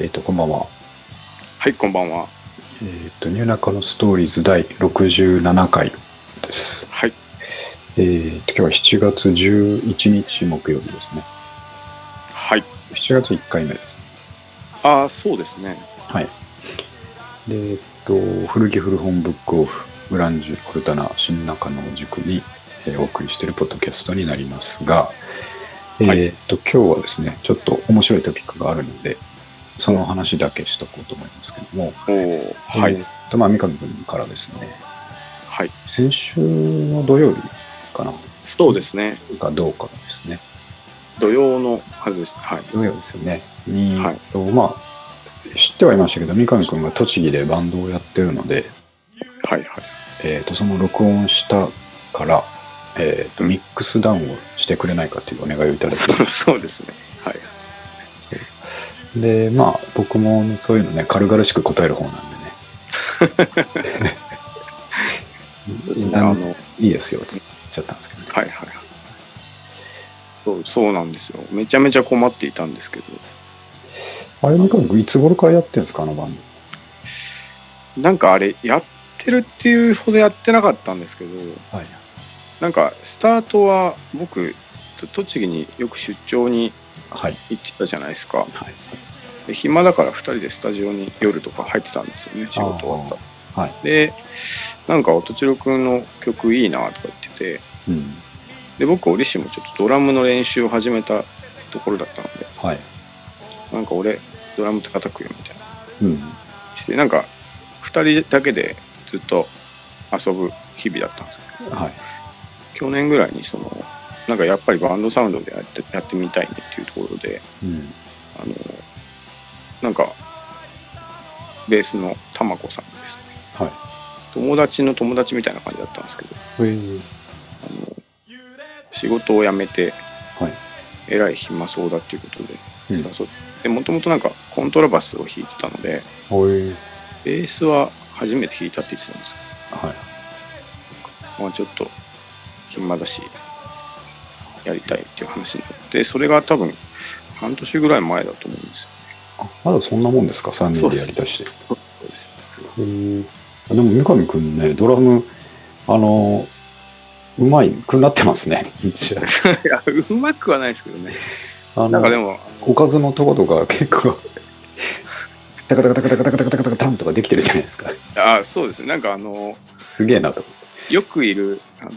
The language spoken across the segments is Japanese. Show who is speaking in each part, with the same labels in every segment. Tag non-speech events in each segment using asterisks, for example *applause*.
Speaker 1: えっ、と、こんばんは。
Speaker 2: はい、こんばんは。
Speaker 1: えっ、と、ニューナカのストーリーズ第67回です。
Speaker 2: はい。
Speaker 1: えっ、と、今日は7月11日木曜日ですね。
Speaker 2: はい。
Speaker 1: 7月1回目です。
Speaker 2: ああ、そうですね。
Speaker 1: はい。で、えっ、と、古着古本ブックオフ、グランジュ、コルタナ、新中野を軸に、えーお送りしているポッドキャストになりますが、えっ、
Speaker 2: はい
Speaker 1: と、今日はですね、ちょっと面白いトピックがあるので、その話だけしとこうと思いますけども、
Speaker 2: おお、はい、
Speaker 1: えーっと、まあ、三上君からですね、
Speaker 2: はい。
Speaker 1: 先週の土曜日かな、
Speaker 2: そうですね。
Speaker 1: かどうかですね、
Speaker 2: 土曜のはずです。はい。
Speaker 1: 土曜ですよね、に、
Speaker 2: はい
Speaker 1: えっとまあ、知ってはいましたけど、三上君が栃木でバンドをやってるので、
Speaker 2: はい、はい。
Speaker 1: えーっと、その録音したから、えーっと、ミックスダウンをしてくれないかというお願いをいただき
Speaker 2: そうそうですね。はい。
Speaker 1: で、まあ、僕もそういうのね、軽々しく答える方なんでね。
Speaker 2: ですね。あ
Speaker 1: *laughs* な
Speaker 2: の、
Speaker 1: ん
Speaker 2: はい、
Speaker 1: いいですよって言っちゃったんですけどね。
Speaker 2: はい、はい。そう、そうなんですよ。めちゃめちゃ困っていたんですけど。
Speaker 1: あれ、三上君、いつ頃からやってるんですか、あのバンド。
Speaker 2: なんかあれ、やってるっていうほどやってなかったんですけど、
Speaker 1: はい。
Speaker 2: なんか、スタートは僕、と栃木によく出張に
Speaker 1: はい。
Speaker 2: 行ってたじゃないですか。
Speaker 1: はい。
Speaker 2: で暇だから2人でスタジオに夜とか入ってたんですよね仕事終わった
Speaker 1: あーはい
Speaker 2: でなんか音千代くんの曲いいなとか言ってて
Speaker 1: うん。
Speaker 2: で僕折しもちょっとドラムの練習を始めたところだったので
Speaker 1: はい。
Speaker 2: なんか俺ドラム叩くよみたいな
Speaker 1: うん。
Speaker 2: してなんか2人だけでずっと遊ぶ日々だったんですけど
Speaker 1: はい。
Speaker 2: 去年ぐらいにそのなんかやっぱりバンドサウンドでやってやってみたいねっていうところで
Speaker 1: うん。
Speaker 2: あのなんかベースのたまこさんですね
Speaker 1: はい。
Speaker 2: 友達の友達みたいな感じだったんですけど
Speaker 1: えー、
Speaker 2: あの仕事を辞めて
Speaker 1: はい。
Speaker 2: えらい暇そうだっていうことで
Speaker 1: うん。
Speaker 2: 誘ってもともとなんかコントラバスを弾いてたので
Speaker 1: おい。
Speaker 2: ベースは初めて弾いたって言ってたんですけ
Speaker 1: はい。
Speaker 2: ど、まあ、ちょっと暇だしやりたいっていう話になってそれが多分半年ぐらい前だと思うんです
Speaker 1: あまだそんなもんですか、3人
Speaker 2: そう
Speaker 1: で
Speaker 2: で
Speaker 1: や
Speaker 2: す
Speaker 1: りだして。
Speaker 2: そうです
Speaker 1: へーあでも、三上くんね、ドラム、あの、うまいくなってますね。 *laughs* 一応
Speaker 2: *laughs* いやうまくはないですけどね
Speaker 1: あ
Speaker 2: なんかで
Speaker 1: の、
Speaker 2: も
Speaker 1: おかずのとことか結構、タカタカタカタカタカタカタカタカタンとかできてるじゃないですか。
Speaker 2: あそうですねなんかあの
Speaker 1: すげえなと思っ
Speaker 2: よくいるあの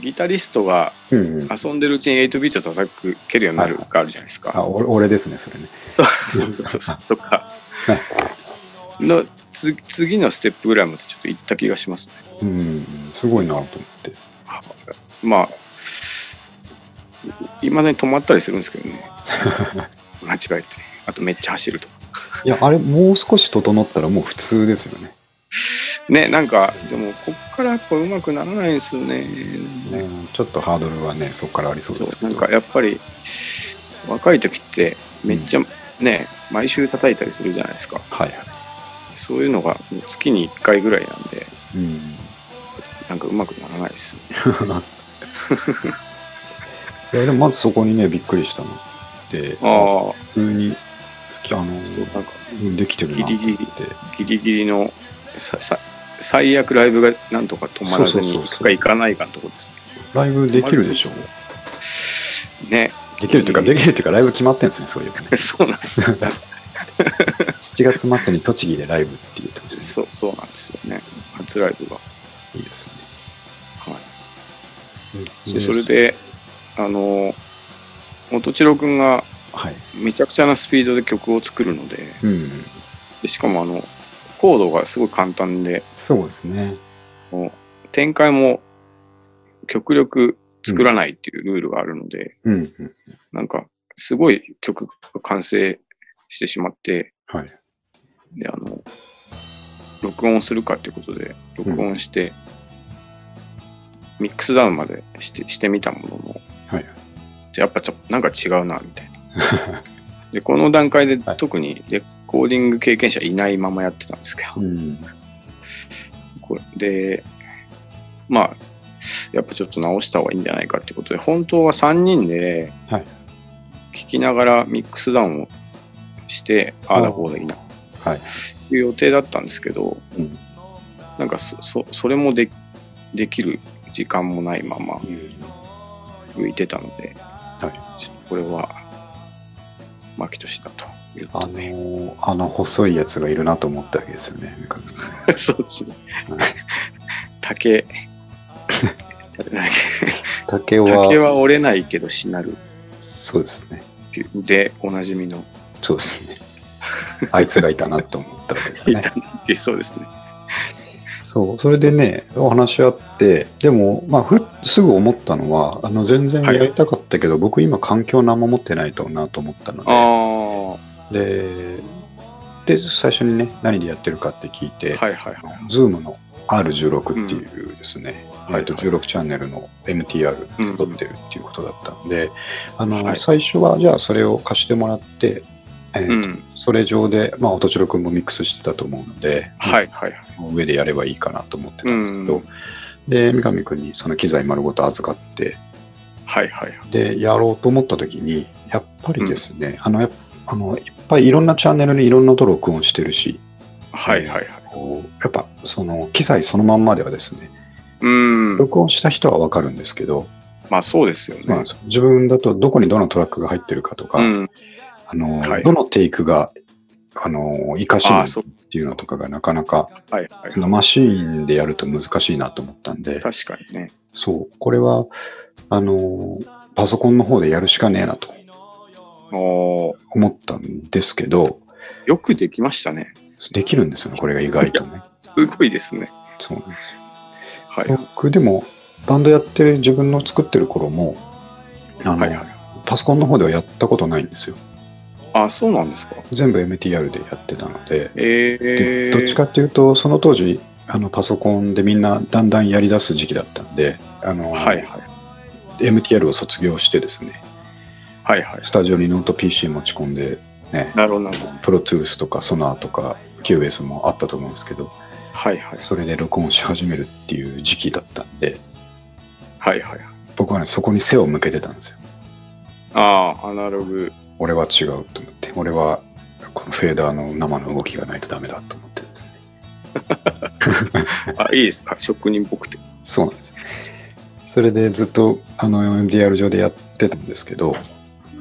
Speaker 2: ギタリストが
Speaker 1: て。うんうん。
Speaker 2: 遊んでるうちに8ビート叩くけるようになるがあるじゃないですか。
Speaker 1: あ、俺俺ですね、それね。
Speaker 2: そうそうそうそうとかのつ次のステップぐらいまでちょっと行った気がしますね。
Speaker 1: うんうん、すごいなと思って。
Speaker 2: まあ今ね止まったりするんですけど *laughs* ね間違えてあとめっちゃ走るとか
Speaker 1: いや、あれ、もう少し整ったらもう普通ですよね。
Speaker 2: ねなんかでもこっからやっぱうまくならないんですよね。
Speaker 1: ねちょっとハードルはね、そこからありそうですけ
Speaker 2: な
Speaker 1: ど。
Speaker 2: んかやっぱり若い時ってめっちゃね、毎週叩いたりするじゃないですか。
Speaker 1: はいは
Speaker 2: そういうのがもう月に1回ぐらいなんで、
Speaker 1: い。う
Speaker 2: *laughs*
Speaker 1: ん。
Speaker 2: なんかうまくならないですよね。
Speaker 1: いやでもまずそこにねびっくりしたので
Speaker 2: あ
Speaker 1: 普通にあの
Speaker 2: あ、ちょっとなんか
Speaker 1: できてるなって
Speaker 2: ギリギリギリギリのささ最悪ライブがなんとか止まらずに
Speaker 1: そうそうそう
Speaker 2: 行
Speaker 1: そう
Speaker 2: くか行かないかのとこです
Speaker 1: ライブできるでしょ
Speaker 2: 止まね。 *laughs*
Speaker 1: できるというか
Speaker 2: ギリ
Speaker 1: できるというかライブ決まってんですねそういえばね
Speaker 2: *laughs* そうなんですよ。
Speaker 1: *laughs* 7月末に栃木でライブって言ってましたね
Speaker 2: そうそうなんですよね。初ライブが。
Speaker 1: いいです
Speaker 2: は
Speaker 1: ね
Speaker 2: い、でそれで、あの、元千代君が
Speaker 1: はい
Speaker 2: めちゃくちゃなスピードで曲を作るので、
Speaker 1: うん
Speaker 2: でしかもあの、コードがすごい簡単で、
Speaker 1: そうですね
Speaker 2: もう展開も極力作らないっていうルールがあるので、
Speaker 1: うんうん
Speaker 2: なんかすごい曲が完成してしまって、
Speaker 1: はい
Speaker 2: で、あの、録音するかっていうことで、録音して、ミックスダウンまでしてしてみたものの、
Speaker 1: はい
Speaker 2: やっぱちょなんか違うな、みたいな。で、この段階で
Speaker 1: はい
Speaker 2: 特にレコーディング経験者いないままやってたんですけど、
Speaker 1: うん
Speaker 2: これでまあやっぱちょっと直した方がいいんじゃないかってことで本当は3人で
Speaker 1: はい
Speaker 2: 聞きながらミックスダウンをして、ああだこうだいいな。
Speaker 1: はい。
Speaker 2: いう予定だったんですけど、
Speaker 1: うん
Speaker 2: なんかそ、そ、それもで、できる時間もないまま浮いてたので、
Speaker 1: は
Speaker 2: ちょっとこれは、牧年だというこ
Speaker 1: あ
Speaker 2: と
Speaker 1: の
Speaker 2: で。
Speaker 1: ーあの細いやつがいるなと思ったわけですよね。三上さん
Speaker 2: *laughs* そうですね
Speaker 1: うん。
Speaker 2: *laughs*
Speaker 1: *laughs*
Speaker 2: 竹。
Speaker 1: 竹
Speaker 2: 竹
Speaker 1: は、
Speaker 2: は折れないけどしなる
Speaker 1: そうですね。
Speaker 2: でおなじみの
Speaker 1: そうですね。あいつがいたなと思ったわけです
Speaker 2: *laughs* い
Speaker 1: よね。
Speaker 2: たなってそうですね。
Speaker 1: そう、それでね、お話し合って、でも、まあ、ふすぐ思ったのは、あの全然や
Speaker 2: はい
Speaker 1: りたかったけど、僕今環境何も持ってないとなと思ったの
Speaker 2: ああ、は
Speaker 1: で、で、で、最初にね、何でやってるかって聞い
Speaker 2: い
Speaker 1: て、
Speaker 2: はいはい。
Speaker 1: ズームの R16 っていうですね、
Speaker 2: うん
Speaker 1: えっと
Speaker 2: はい
Speaker 1: 16チャンネルの MTR を撮ってるっていうことだったんで、あの、
Speaker 2: はい
Speaker 1: 最初はじゃあそれを貸してもらって、えー
Speaker 2: うん、
Speaker 1: それ上で、まあ、音千代くんもミックスしてたと思うので、
Speaker 2: はいはい。
Speaker 1: 上でやればいいかなと思ってたんですけど、
Speaker 2: うん
Speaker 1: で、三上くんにその機材丸ごと預かって、
Speaker 2: はいはい。
Speaker 1: で、やろうと思った時に、やっぱりですね、あの、やっあのいっぱいいろんなチャンネルにいろんな音録音してるし、
Speaker 2: はいはいはい。
Speaker 1: こうやっぱその機材そのまんまではですね、
Speaker 2: うん。
Speaker 1: 録音した人はわかるんですけど、
Speaker 2: まあそうですよ
Speaker 1: まあ
Speaker 2: ね。
Speaker 1: 自分だとどこにどのトラックが入ってるかとか、
Speaker 2: うん。
Speaker 1: あの
Speaker 2: はい
Speaker 1: どのテイクがあの生かし
Speaker 2: あ
Speaker 1: ない
Speaker 2: あ、そう。
Speaker 1: っていうのとかがなかなか
Speaker 2: はいは
Speaker 1: その
Speaker 2: い。
Speaker 1: マシーンでやると難しいなと思ったんで、
Speaker 2: 確かにね。
Speaker 1: そう、これはあのパソコンの方でやるしかねえなと
Speaker 2: おー
Speaker 1: 思ったんですけど、
Speaker 2: よくできましたね。
Speaker 1: できるんですよね、これが意外とね。
Speaker 2: すごいですね。
Speaker 1: そうなんですよ
Speaker 2: はい。
Speaker 1: 僕でもバンドやってる自分の作ってる頃もあの、
Speaker 2: はいはい。
Speaker 1: パソコンの方ではやったことないんですよ
Speaker 2: あ、そうなんですか。
Speaker 1: 全部 MTR でやってたので,で、
Speaker 2: えー。
Speaker 1: どっちかっていうとその当時あのパソコンでみんなだんだんやりだす時期だったんであの、
Speaker 2: はいはい。
Speaker 1: MTR を卒業してですね
Speaker 2: はいはい
Speaker 1: ス。タジオにノート PC 持ち込んでね
Speaker 2: なるほどなるほど。
Speaker 1: プロツールスとかソナーとか QS もあったと思うんですけど
Speaker 2: はいはい。
Speaker 1: それで録音し始めるっていう時期だったんで
Speaker 2: はいはい。
Speaker 1: 僕はねそこに背を向けてたんですよ
Speaker 2: ああ、アナログ。
Speaker 1: 俺は違うと思って俺はこのフェーダーの生の動きがないとダメだと思ってですね
Speaker 2: あ、いいですか。職人っぽくて。
Speaker 1: そうなんですよそれでずっとあの MDR 上でやってたんですけど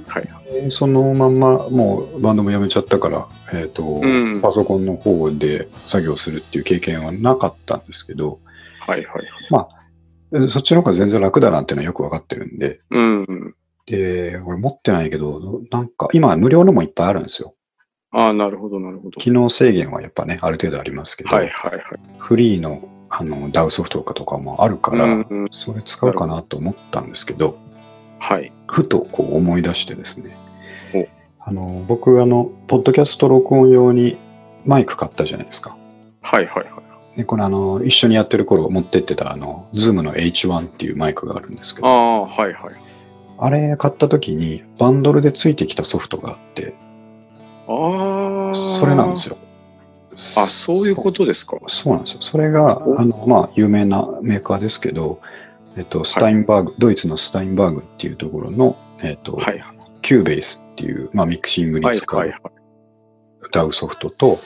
Speaker 2: はい。
Speaker 1: でそのまんまもうバンドもやめちゃったから、えーと
Speaker 2: うん
Speaker 1: パソコンの方で作業するっていう経験はなかったんですけど
Speaker 2: はいはい。
Speaker 1: えそっちの方が全然楽だなっていうのはよくわかってるんで
Speaker 2: うん。
Speaker 1: で俺持ってないけどなんか今無料のもいっぱいあるんですよ
Speaker 2: ああ、なるほどなるほど。
Speaker 1: 機能制限はやっぱねある程度ありますけど、
Speaker 2: はいはいはい。
Speaker 1: フリーのあの DAW ソフトとかもあるから、
Speaker 2: うんうん、
Speaker 1: それ使うかなと思ったんですけど、
Speaker 2: はい。
Speaker 1: ふとこう思い出してですね
Speaker 2: お、
Speaker 1: あの僕あの、ポッドキャスト録音用にマイク買ったじゃないですか。
Speaker 2: はいはいはい。
Speaker 1: でこれあの一緒にやってる頃持ってってたあの Zoom の H1 っていうマイクがあるんですけ
Speaker 2: あ
Speaker 1: どあ
Speaker 2: あ、はいはい。
Speaker 1: れ買った時にバンドルでついてきたソフトがあって
Speaker 2: ああ。
Speaker 1: それなんですよ
Speaker 2: あ、そういうことですか。
Speaker 1: そうなんですよ。それが
Speaker 2: お、
Speaker 1: あの、まあ、有名なメーカーですけど、えっと、スタインバーグ、ドイツのスタインバーグっていうところの、えっと、
Speaker 2: はいはい
Speaker 1: キューベースっていう、まあ、ミクシングに
Speaker 2: はい
Speaker 1: 使
Speaker 2: はいうはい。
Speaker 1: 歌うソフトと、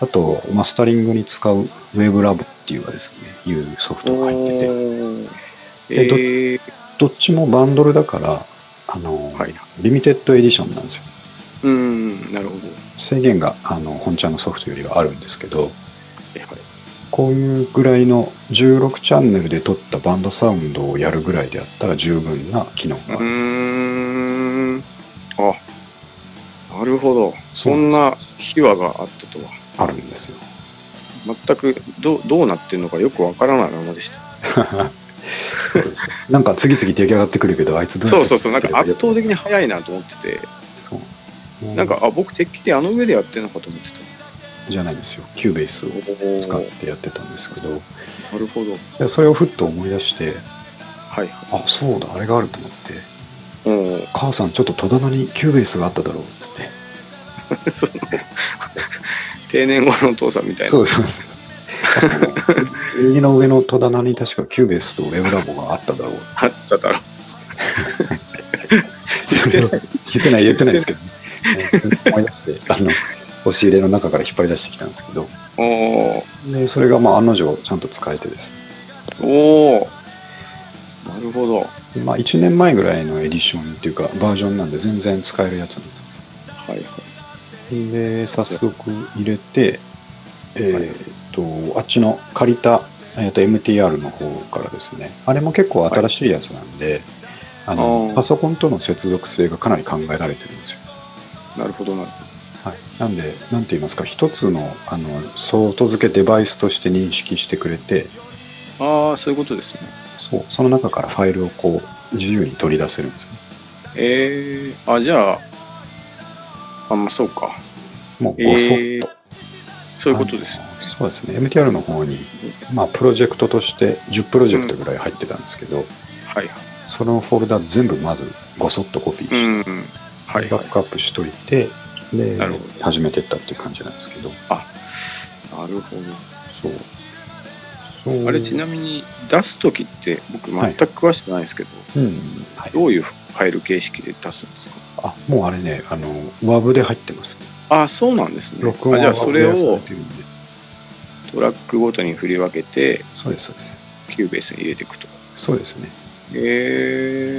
Speaker 1: あと、マスタリングに使うウェブラボっていうがですね、いうソフトが入ってて、
Speaker 2: お
Speaker 1: でど
Speaker 2: ーえー、
Speaker 1: どっちもバンドルだから、あの、
Speaker 2: はい。
Speaker 1: リミテッドエディションなんですよ。
Speaker 2: うん、なるほど。
Speaker 1: 制限が、あの、本ちゃんのソフトよりはあるんですけど、
Speaker 2: はいはい
Speaker 1: こういうぐらいの16チャンネルで撮ったバンドサウンドをやるぐらいであったら十分な機能
Speaker 2: う
Speaker 1: がある。
Speaker 2: ーん。あ、なるほど。
Speaker 1: そ
Speaker 2: そう
Speaker 1: なん
Speaker 2: ん
Speaker 1: です
Speaker 2: な秘話があったとは。
Speaker 1: あるんですよ。
Speaker 2: 全くどうどうなってるのかよくわからないままでした。
Speaker 1: そうですよなんか次々出来上がってくるけど、あいつどう
Speaker 2: そ
Speaker 1: や
Speaker 2: う
Speaker 1: って
Speaker 2: そうそう、なんか圧倒的に
Speaker 1: そ
Speaker 2: 早いなと思ってて、
Speaker 1: うです
Speaker 2: なんか、あ、僕、てっきりあの上でやってんのかと思ってた。
Speaker 1: じゃないですよ。キューベースを
Speaker 2: お
Speaker 1: 使っ
Speaker 2: ー
Speaker 1: てやってたんですけど、
Speaker 2: なるほど。
Speaker 1: でそれをふっと思い出して、
Speaker 2: はいは
Speaker 1: あ、
Speaker 2: い。
Speaker 1: そうだ、あれがあると思って、
Speaker 2: おー
Speaker 1: 母さんちょっと戸棚にキューベースがあっただろうっつって。
Speaker 2: その定年後のお父さんみたいな。
Speaker 1: そうそうそう。右の上の戸棚に確かキューベースとウェブラボがあっただ
Speaker 2: *laughs*
Speaker 1: ろう
Speaker 2: あっただろう。
Speaker 1: それを言ってない言ってないですけど、ね、思い出して、あの、押し入れの中から引っ張り出してきたんですけど、
Speaker 2: おー
Speaker 1: で、それがまあ案の定ちゃんと使えてですね。
Speaker 2: おーなるほど。
Speaker 1: でまあ1年前ぐらいのエディションっていうかバージョンなんで全然使えるやつなんです。
Speaker 2: はいはい。
Speaker 1: で、早速入れて、
Speaker 2: はい
Speaker 1: えーっと、あっちの借りた、えーっと MTR の方からですね、あれも結構新しいやつなんで、あの
Speaker 2: あー
Speaker 1: パソコンとの接続性がかなり考えられてるんですよ。
Speaker 2: なるほどなるほ
Speaker 1: はい、なんで、なんて言いますか、一つのあの相当付けデバイスとして認識してくれて、
Speaker 2: ど。ああ、そういうことですね。
Speaker 1: そうその中からファイルをこう自由に取り出せるんですね。
Speaker 2: えー、あ、じゃあ、あ、まあそうか。
Speaker 1: もう
Speaker 2: え
Speaker 1: ごそっと。
Speaker 2: ー、そういうことですね。
Speaker 1: あのそうですね MTR の方に、まあ、プロジェクトとして10プロジェクトぐらい入ってたんですけど、
Speaker 2: はいはい。
Speaker 1: そのフォルダ全部まずごそっとコピーして、
Speaker 2: うんうん。はい
Speaker 1: バ
Speaker 2: はい
Speaker 1: ッ。クアップしといてで
Speaker 2: なるほど
Speaker 1: 始めてったっていう感じなんですけど
Speaker 2: なるほど。
Speaker 1: そうそう
Speaker 2: あれちなみに出すときって僕
Speaker 1: は
Speaker 2: 全
Speaker 1: い
Speaker 2: く詳しくないですけど、
Speaker 1: うんはい、
Speaker 2: どういうファイル形式で出すんですか
Speaker 1: あもうあれねあの WAV で入ってますね
Speaker 2: あそうなんですね
Speaker 1: 録音
Speaker 2: あ
Speaker 1: は
Speaker 2: じゃあそれ
Speaker 1: WAV でさ
Speaker 2: を
Speaker 1: てるんで
Speaker 2: トラックごとに振り分けて
Speaker 1: そうですそうです
Speaker 2: キューベースに入れていくと
Speaker 1: そうですね、
Speaker 2: へ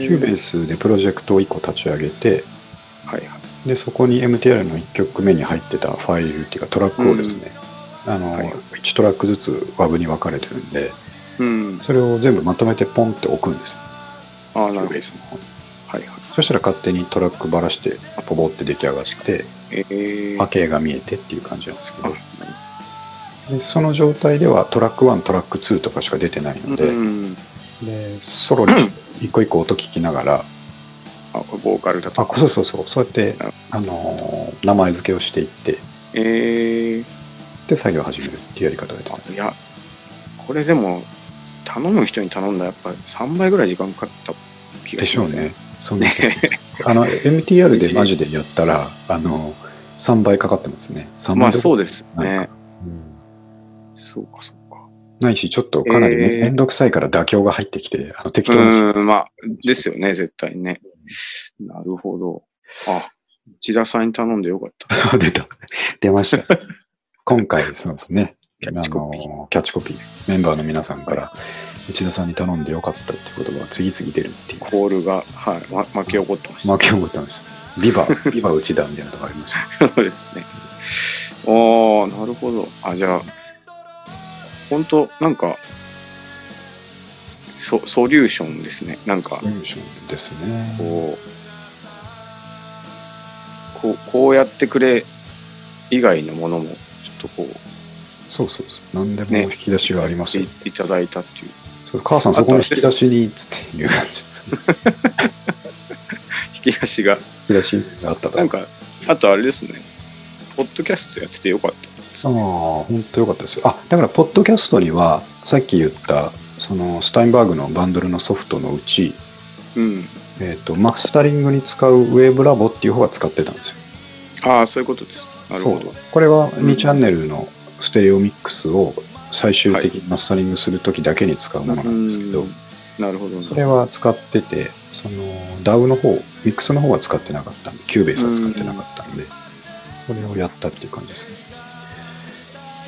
Speaker 2: え
Speaker 1: キューベースでプロジェクトを1個立ち上げて
Speaker 2: はいはい
Speaker 1: でそこに MTR の1曲目に入ってたファイルっていうかトラックをですね、あの
Speaker 2: はい
Speaker 1: 1トラックずつ WAV に分かれてるんで
Speaker 2: うん
Speaker 1: それを全部まとめてポンって置くんですよ
Speaker 2: ああ
Speaker 1: キ
Speaker 2: な
Speaker 1: ュー
Speaker 2: るほ
Speaker 1: ベー
Speaker 2: ど
Speaker 1: スの方に
Speaker 2: はいはい
Speaker 1: そしたら勝手にトラックばらしてポボって出来上がって
Speaker 2: えー、
Speaker 1: 波形が見えてっていう感じなんですけ
Speaker 2: あ
Speaker 1: どでその状態ではトラック1トラック2とかしか出てないので,、
Speaker 2: うん
Speaker 1: でソロに一個一個音聞きながら
Speaker 2: あボーカルだ
Speaker 1: あ
Speaker 2: と
Speaker 1: そうそうそうそうやって
Speaker 2: なる、
Speaker 1: あのー名前付けをしていって
Speaker 2: えー、
Speaker 1: で作業を始めるっていうやり方をやってた
Speaker 2: あいやこれでも頼む人に頼んだらやっぱ3倍ぐらい時間かかった気が
Speaker 1: で
Speaker 2: し
Speaker 1: し
Speaker 2: ま
Speaker 1: ょう
Speaker 2: す
Speaker 1: ね。そうね。
Speaker 2: *laughs*
Speaker 1: あの、MTR でマジでやったら、あの、3倍かかってますね。3倍。
Speaker 2: まあそうです
Speaker 1: な
Speaker 2: ね
Speaker 1: んうん
Speaker 2: そうかそうか
Speaker 1: ないし、ちょっとかなり
Speaker 2: え
Speaker 1: め
Speaker 2: ー
Speaker 1: めんどくさいから妥協が入ってきて、あの適当にし
Speaker 2: うーん、まあ、ですよね、絶対ね。なるほど。あ、内田さんに頼んでよかった。
Speaker 1: た。出た。 *laughs* 出ました。今回、そうですね。
Speaker 2: キャッチコピー
Speaker 1: あのキャッチコピー。メンバーの皆さんから、内田さんに頼んでよかったって言葉が次々出るっていう。
Speaker 2: コールが、はい、ま、巻き起こってました。
Speaker 1: 負けを持ってました。ビバ、
Speaker 2: *laughs*
Speaker 1: ビバ内田みたいなとこありました。
Speaker 2: そうですね。おー、なるほど。あ、じゃあ、本当なんか、ソソリューションですね。なんか
Speaker 1: ソ、リューションですね。
Speaker 2: こう、こうこうやってくれ以外のものも、ちょっとこう、
Speaker 1: そうそうそう。何でも
Speaker 2: ね
Speaker 1: 引き出しがありますよ
Speaker 2: い。いただいたっていう。
Speaker 1: そう母さんそこの引き出しにっつっていう感じ
Speaker 2: *laughs*
Speaker 1: ですね。
Speaker 2: 引き出しが
Speaker 1: 引き出しがあったと。
Speaker 2: なんか、あとあれですね、ポッドキャストやっててよかったです
Speaker 1: ああ、本当よかったですよ。あ、だから、ポッドキャストには、さっき言った、その、スタインバーグのバンドルのソフトのうち、
Speaker 2: うん。
Speaker 1: えっ、と、マスタリングに使うウェーブラボっていう方が使ってたんですよ。
Speaker 2: ああ、そういうことです。なるほ
Speaker 1: そ
Speaker 2: ど
Speaker 1: う。これは
Speaker 2: うん
Speaker 1: 2チャンネルのステレオミックスを最終的にマスタリングするときだけに使うものなんですけど、
Speaker 2: うんなるほど。
Speaker 1: それは使ってて、その DAW の方、ミックスの方は使ってなかったんで、キューベースは使ってなかったんで、それをやったっていう感じですね。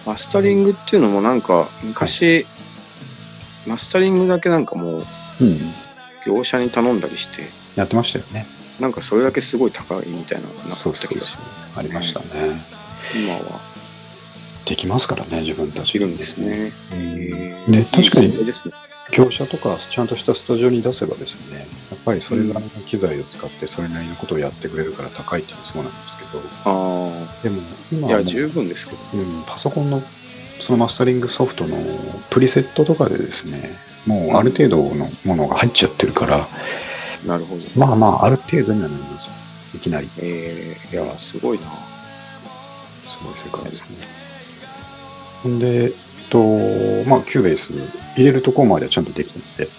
Speaker 2: マスタリングっていうのもなんか、昔、マスタリングだけなんかもう、
Speaker 1: うん。
Speaker 2: 業者に頼んだりして、
Speaker 1: やってましたよね。
Speaker 2: なんかそれだけすごい高いみたいなのなかった
Speaker 1: そうそ
Speaker 2: 気
Speaker 1: う
Speaker 2: が
Speaker 1: そ
Speaker 2: す
Speaker 1: う。ありましたね。
Speaker 2: る。今は、
Speaker 1: できますからね、自分たち
Speaker 2: いるんです。ね。
Speaker 1: う
Speaker 2: へ
Speaker 1: ん
Speaker 2: ー
Speaker 1: ね、確か
Speaker 2: いい時代
Speaker 1: に
Speaker 2: ですね。
Speaker 1: 業者とかちゃんとしたスタジオに出せばですね、やっぱりそれなりの機材を使ってそれなりのことをやってくれるから高いっていうのはそうなんですけど、
Speaker 2: あ
Speaker 1: でも
Speaker 2: あ、
Speaker 1: 今
Speaker 2: い
Speaker 1: は
Speaker 2: や、
Speaker 1: も
Speaker 2: 十分ですけど。
Speaker 1: う、うん、パソコンのそのマスタリングソフトのプリセットとかでですね、もうある程度のものが入っちゃってるから、
Speaker 2: なるほど。
Speaker 1: まあまあある程度にはなりますよ。いきなり。
Speaker 2: ええ、いや、すごいな。
Speaker 1: すごい世界ですね。ほんで、えっと、まあ、キューベース入れるとこまではちゃんとできたので、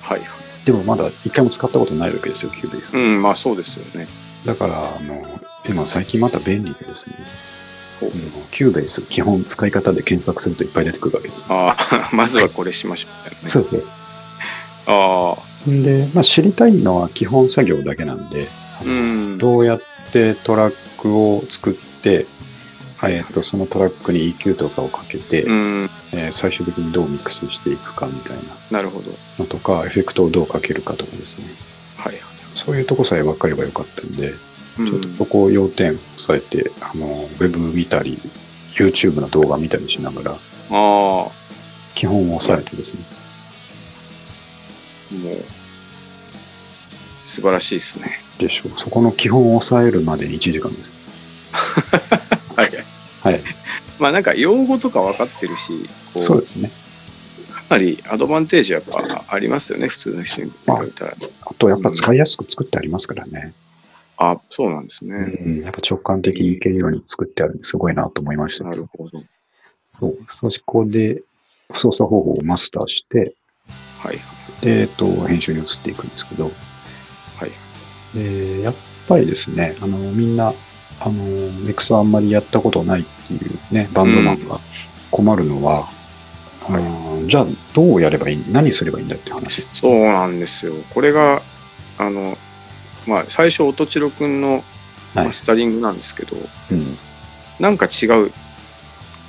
Speaker 2: はいはい。
Speaker 1: でもまだ一回も使ったことないわけですよ、キューベース。
Speaker 2: うん、まあそうですよね。
Speaker 1: だから、あの、今最近また便利でですね、
Speaker 2: ほう
Speaker 1: うんキューベース基本使い方で検索するといっぱい出てくるわけです。
Speaker 2: ああ、 *laughs* まずはこれしましょうみたいなね。
Speaker 1: そうそう。
Speaker 2: あ
Speaker 1: ほんで、まあ、知りたいのは基本作業だけなんで、あ
Speaker 2: あ、
Speaker 1: の
Speaker 2: うん。
Speaker 1: どうやってトラッ曲を作って、
Speaker 2: はい
Speaker 1: えー、とそのトラックに EQ とかをかけて、
Speaker 2: うん、
Speaker 1: えー最終的にどうミックスしていくかみたいな
Speaker 2: なるほど。
Speaker 1: のとかエフェクトをどうかけるかとかですね
Speaker 2: はい。
Speaker 1: そういうとこさえ分かればよかったんで、
Speaker 2: うん
Speaker 1: ちょっとそこを要点押さえてあのウェブ見たり YouTube の動画見たりしながら
Speaker 2: ああ、も
Speaker 1: 基本を押さえてですね
Speaker 2: う、素晴らしいですね。
Speaker 1: でしょうそこの基本を押さえるまでに1時間ですよ
Speaker 2: はい。
Speaker 1: はい
Speaker 2: まあなんか用語とか分かってるし、こ
Speaker 1: そう
Speaker 2: う
Speaker 1: ですね
Speaker 2: かなりアドバンテージやっぱありますよね、普通の人に比べたら。
Speaker 1: あとやっぱ使いやすく作ってありますからね、
Speaker 2: あそうなんですね。
Speaker 1: うん、やっぱ直感的にいけるように作ってあるんですごいなと思いました
Speaker 2: な
Speaker 1: けど
Speaker 2: るほど。
Speaker 1: そうそこで操作方法をマスターして
Speaker 2: はい。
Speaker 1: で、えっと、編集に移っていくんですけど、
Speaker 2: はい
Speaker 1: でやっぱりですねあのみんなあのミックスはあんまりやったことないっていうねバンドマンが困るのは、あのじゃあどうやればいい何すればいいんだっていう話
Speaker 2: そうなんですよ。これが、あの、まあ最初、音千代くんの
Speaker 1: はい
Speaker 2: マスタリングなんですけど、
Speaker 1: うん
Speaker 2: なんか違う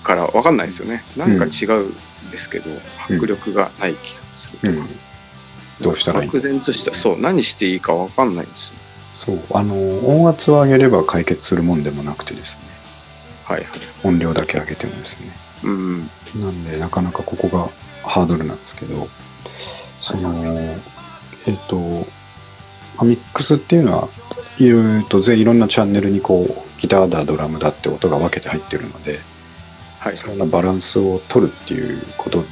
Speaker 2: から分かんないですよね。なんか違うんですけど、迫力がない気がすると
Speaker 1: う
Speaker 2: か。
Speaker 1: んどうしたらいい
Speaker 2: 漠然とした、そう、何していいか分かんないんですよ。
Speaker 1: そうあの音圧を上げれば解決するもんでもなくてですね
Speaker 2: はいはい。
Speaker 1: 音量だけ上げてもですね
Speaker 2: うん。
Speaker 1: なんで、なかなかここがハードルなんですけど、その、えっ、と、まあミックスっていうのは、いろいろと全いろんなチャンネルにこう、ギターだ、ドラムだって音が分けて入ってるので、
Speaker 2: はい。
Speaker 1: そんなバランスを取るっていうこと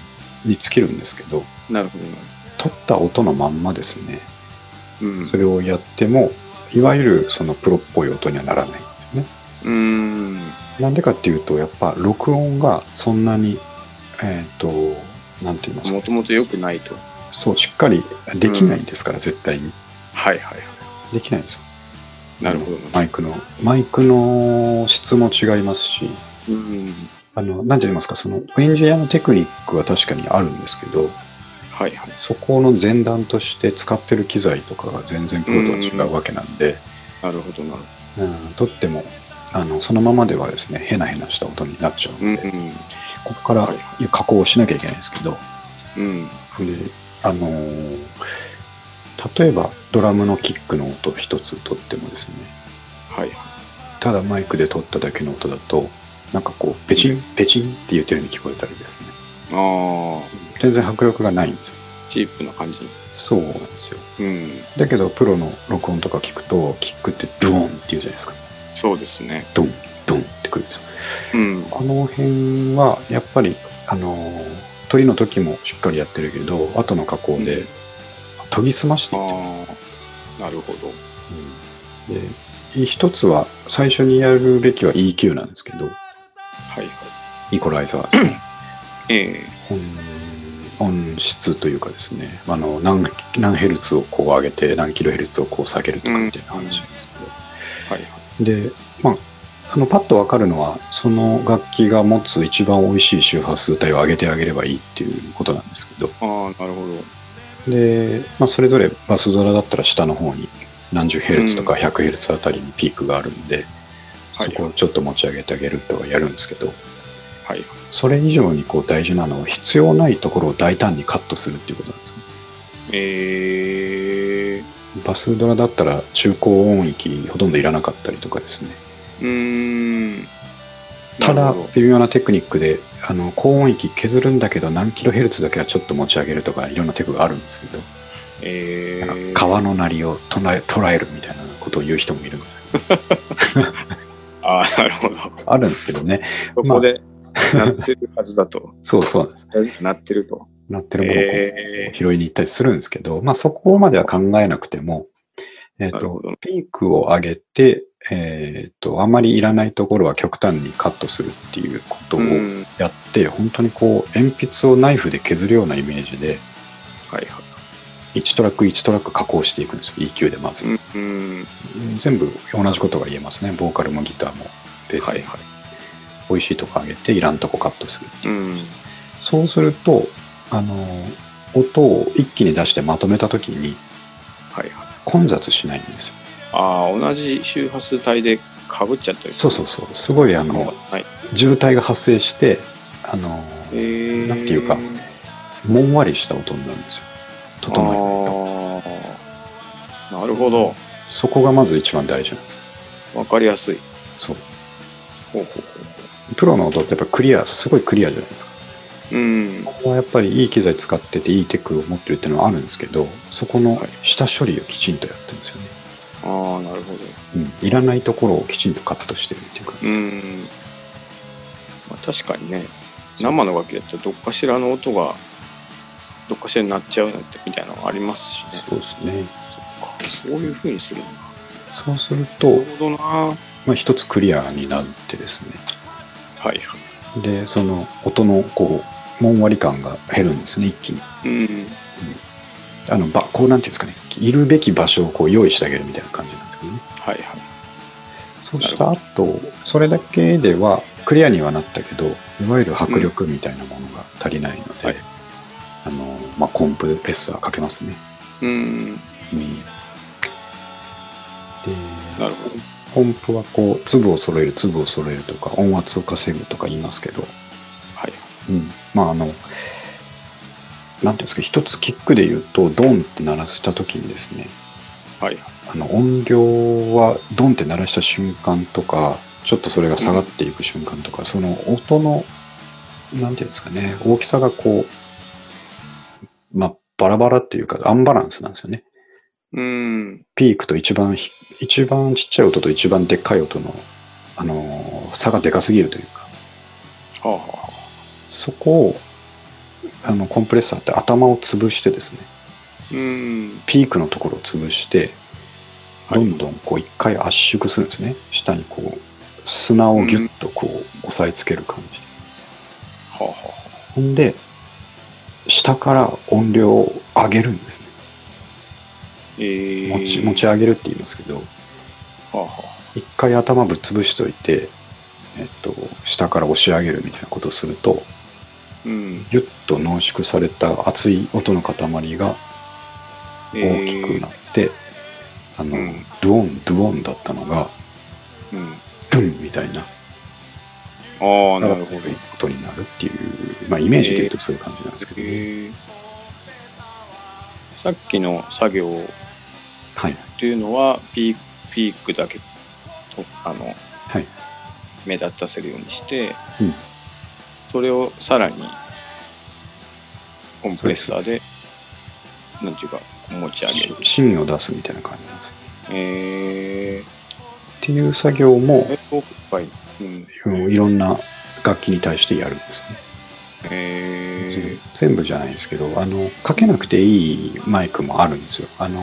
Speaker 1: に尽きるんですけど、
Speaker 2: なるほどなる
Speaker 1: 取った音のまんまですね、
Speaker 2: ほど。うん。
Speaker 1: それをやっても、いわゆるそのプロっぽい音にはならないんですね。
Speaker 2: うーん。
Speaker 1: なんでかっていうと、やっぱ録音がそんなに、えっ、と、なんて言いますか。
Speaker 2: もともと良くないと。
Speaker 1: そう、しっかりできないんですから、絶対に。
Speaker 2: はいはいは
Speaker 1: できないんですよ。
Speaker 2: い。なるほど。
Speaker 1: マイクの、マイクの質も違いますし、
Speaker 2: うん。
Speaker 1: あの、なんて言いますか、その、エンジニアのテクニックは確かにあるんですけど、
Speaker 2: はいはい。
Speaker 1: そこの前段として使ってる機材とかが全然プロとは違うわけなんで、
Speaker 2: なるほどなるほ
Speaker 1: う
Speaker 2: ど。
Speaker 1: ん、とっても、あの、そのままではですね、へなへなした音になっちゃう
Speaker 2: うんん
Speaker 1: で、ここから加工をしなきゃいけないんですけど、
Speaker 2: うん。
Speaker 1: であのー例えばドラムのキックの音一つとってもですね
Speaker 2: はいはい。
Speaker 1: ただマイクで取っただけの音だとなんかこうペチンペチンって言ってるように聞こえたりですね
Speaker 2: あ
Speaker 1: 全然迫力がないんですよ
Speaker 2: あ、チープな感じ。
Speaker 1: そうなんですよ
Speaker 2: うん。
Speaker 1: だけどプロの録音とか聞くとキックってドーンって言うじゃないですか
Speaker 2: そうですね。
Speaker 1: ドンドンってくるんですよ
Speaker 2: うん。
Speaker 1: この辺はやっぱりあのー取りの時もしっかりやってるけど後の加工で研ぎ澄ましていって
Speaker 2: ああ、なるほど。
Speaker 1: で一つは最初にやるべきは EQ なんですけど
Speaker 2: はいはい。
Speaker 1: イコライザーですね
Speaker 2: ええ
Speaker 1: 音音質というかですねあの何何ヘルツをこう上げて何キロヘルツをこう下げるとかっていう話なんです
Speaker 2: はいはい。
Speaker 1: けど、でまああのパッと分かるのはその楽器が持つ一番美味しい周波数帯を上げてあげればいいっていうことなんですけど
Speaker 2: ああ、なるほど。
Speaker 1: で、まあ、それぞれバスドラだったら下の方に何十ヘルツとか100ヘルツあたりにピークがあるんで、
Speaker 2: は
Speaker 1: そ
Speaker 2: い
Speaker 1: こをちょっと持ち上げてあげるとかやるんですけど
Speaker 2: はいはい。
Speaker 1: それ以上にこう大事なのは必要ないところを大胆にカットするっていうことなんですね
Speaker 2: ええ
Speaker 1: バスドラだったら中高音域ほとんどいらなかったりとかですね
Speaker 2: うーん。
Speaker 1: た
Speaker 2: なる
Speaker 1: だ
Speaker 2: ほど
Speaker 1: 微妙なテクニックであの高音域削るんだけど何キロヘルツだけはちょっと持ち上げるとかいろんなテクがあるんですけど、
Speaker 2: え
Speaker 1: なん
Speaker 2: え
Speaker 1: か川の鳴りを捉え捉えるみたいなことを言う人もいるんですよ
Speaker 2: ああ、なるほど。
Speaker 1: *laughs* あるんですけどね
Speaker 2: そこで、なってるはずだと。
Speaker 1: そうそうなんです
Speaker 2: なってると。
Speaker 1: なってるものをこう
Speaker 2: ええ
Speaker 1: 拾いに行ったりするんですけど、まあ、そこまでは考えなくても、えっ
Speaker 2: なるほ
Speaker 1: と
Speaker 2: ど
Speaker 1: ピークを上げて、えっとあまりいらないところは極端にカットするっていうことを
Speaker 2: うん。
Speaker 1: やって、本当にこう鉛筆をナイフで削るようなイメージで
Speaker 2: はいは
Speaker 1: 1トラック1トラック加工していくんですよ EQ でまず、
Speaker 2: い。うん。
Speaker 1: 全部同じことが言えますねボーカルもギターもベースも、
Speaker 2: はいは
Speaker 1: 美味しいとこ上げていらんとこカットする
Speaker 2: い。うん。
Speaker 1: そうするとあの音を一気に出してまとめた時に
Speaker 2: はいはい。
Speaker 1: 混雑しないんですよ
Speaker 2: ああ、同じ周波数帯でかぶっちゃったり
Speaker 1: そうそうそうすごいあ
Speaker 2: う
Speaker 1: の
Speaker 2: はい。
Speaker 1: 渋滞が発生してあの
Speaker 2: えー、
Speaker 1: なんていうかもんわりした音になるんですよ整えないと
Speaker 2: あーなるほど。
Speaker 1: そこがまず一番大事なんですよ
Speaker 2: わかりやすい。
Speaker 1: そう
Speaker 2: ほうほうほ
Speaker 1: プロの音ってやっぱクリアすごいクリアじゃないですか
Speaker 2: う。うん。
Speaker 1: ここはやっぱりいい機材使ってていいテクを持ってるっていうのはあるんですけどそこの
Speaker 2: はい
Speaker 1: 下処理をきちんとやってるんですよね、
Speaker 2: ああ、なるほど。
Speaker 1: うん、いらないところをきちんとカットしてるっていうか、
Speaker 2: うん。まあ、確かにね、生の楽器だったらどっかしらの音が、どっかしらになっちゃうなんてみたいなのありますしね。
Speaker 1: そうですね
Speaker 2: そういうふうにするんだ。な
Speaker 1: そうすると
Speaker 2: る、ほどな。は
Speaker 1: まあ、一つクリアになってですね
Speaker 2: いは
Speaker 1: でその音のこうもんわり感が減るんですね一気に
Speaker 2: い。うん。
Speaker 1: あのばこうなんていうんですかねいるべき場所をこう用意してあげるみたいな感じなんですけどね
Speaker 2: はいはい。
Speaker 1: そうした後それだけではクリアにはなったけどいわゆる迫力みたいなものが足りないので、
Speaker 2: はい
Speaker 1: あのまあ、コンプレッサーかけますね、
Speaker 2: うん。
Speaker 1: うん、で
Speaker 2: なるほど。
Speaker 1: コンプはこう粒を揃える粒を揃えるとか音圧を稼ぐとか言いますけど、
Speaker 2: はい。
Speaker 1: うん、まああのなんていうんですか一つキックで言うとドンって鳴らした時にですね
Speaker 2: はい。
Speaker 1: あの音量はドンって鳴らした瞬間とかちょっとそれが下がっていく瞬間とか、その音のなんていうんですかね大きさがこうまあバラバラっていうかアンバランスなんですよね
Speaker 2: うん。
Speaker 1: ピークと一番ひ一番ちっちゃい音と一番でっかい音の、あのー差がでかすぎるというか
Speaker 2: はあはあはあ。
Speaker 1: そこをあのコンプレッサーって頭を潰してですね
Speaker 2: うん。
Speaker 1: ピークのところを潰して
Speaker 2: はい
Speaker 1: どんどんこう一回圧縮するんですね、下にこう砂をギュッとこう押さえつける感じで、
Speaker 2: はあはあ。
Speaker 1: ほんで下から音量を上げるんですね
Speaker 2: えー、
Speaker 1: 持ち持ち上げるって言いますけど
Speaker 2: はあは
Speaker 1: 一回頭ぶっ潰しといて、えっと、下から押し上げるみたいなことをすると
Speaker 2: あ、うん、
Speaker 1: ギュッと濃縮された熱い音の塊が大きくなって、あの、
Speaker 2: うん
Speaker 1: ドゥオンドゥオンだったのが
Speaker 2: えーうん、
Speaker 1: ドゥンみたいな
Speaker 2: ああなるほど、
Speaker 1: ことになるっていう、まあ、イメージで言うとそういう感じなんですけど、ね
Speaker 2: えーさっきの作業っ
Speaker 1: はい
Speaker 2: ていうのはピーピークだけとあの
Speaker 1: はい
Speaker 2: 目立たせるようにして、
Speaker 1: うん
Speaker 2: それをさらにコンプレッサーでなんていうか持ち上げる
Speaker 1: 芯を出すみたいな感じなんです
Speaker 2: えー、
Speaker 1: っていう作業も
Speaker 2: えー、はい、うん、
Speaker 1: うんいろんな楽器に対してやるんですね
Speaker 2: え
Speaker 1: 全部じゃないですけどあのかけなくていいマイクもあるんですよあの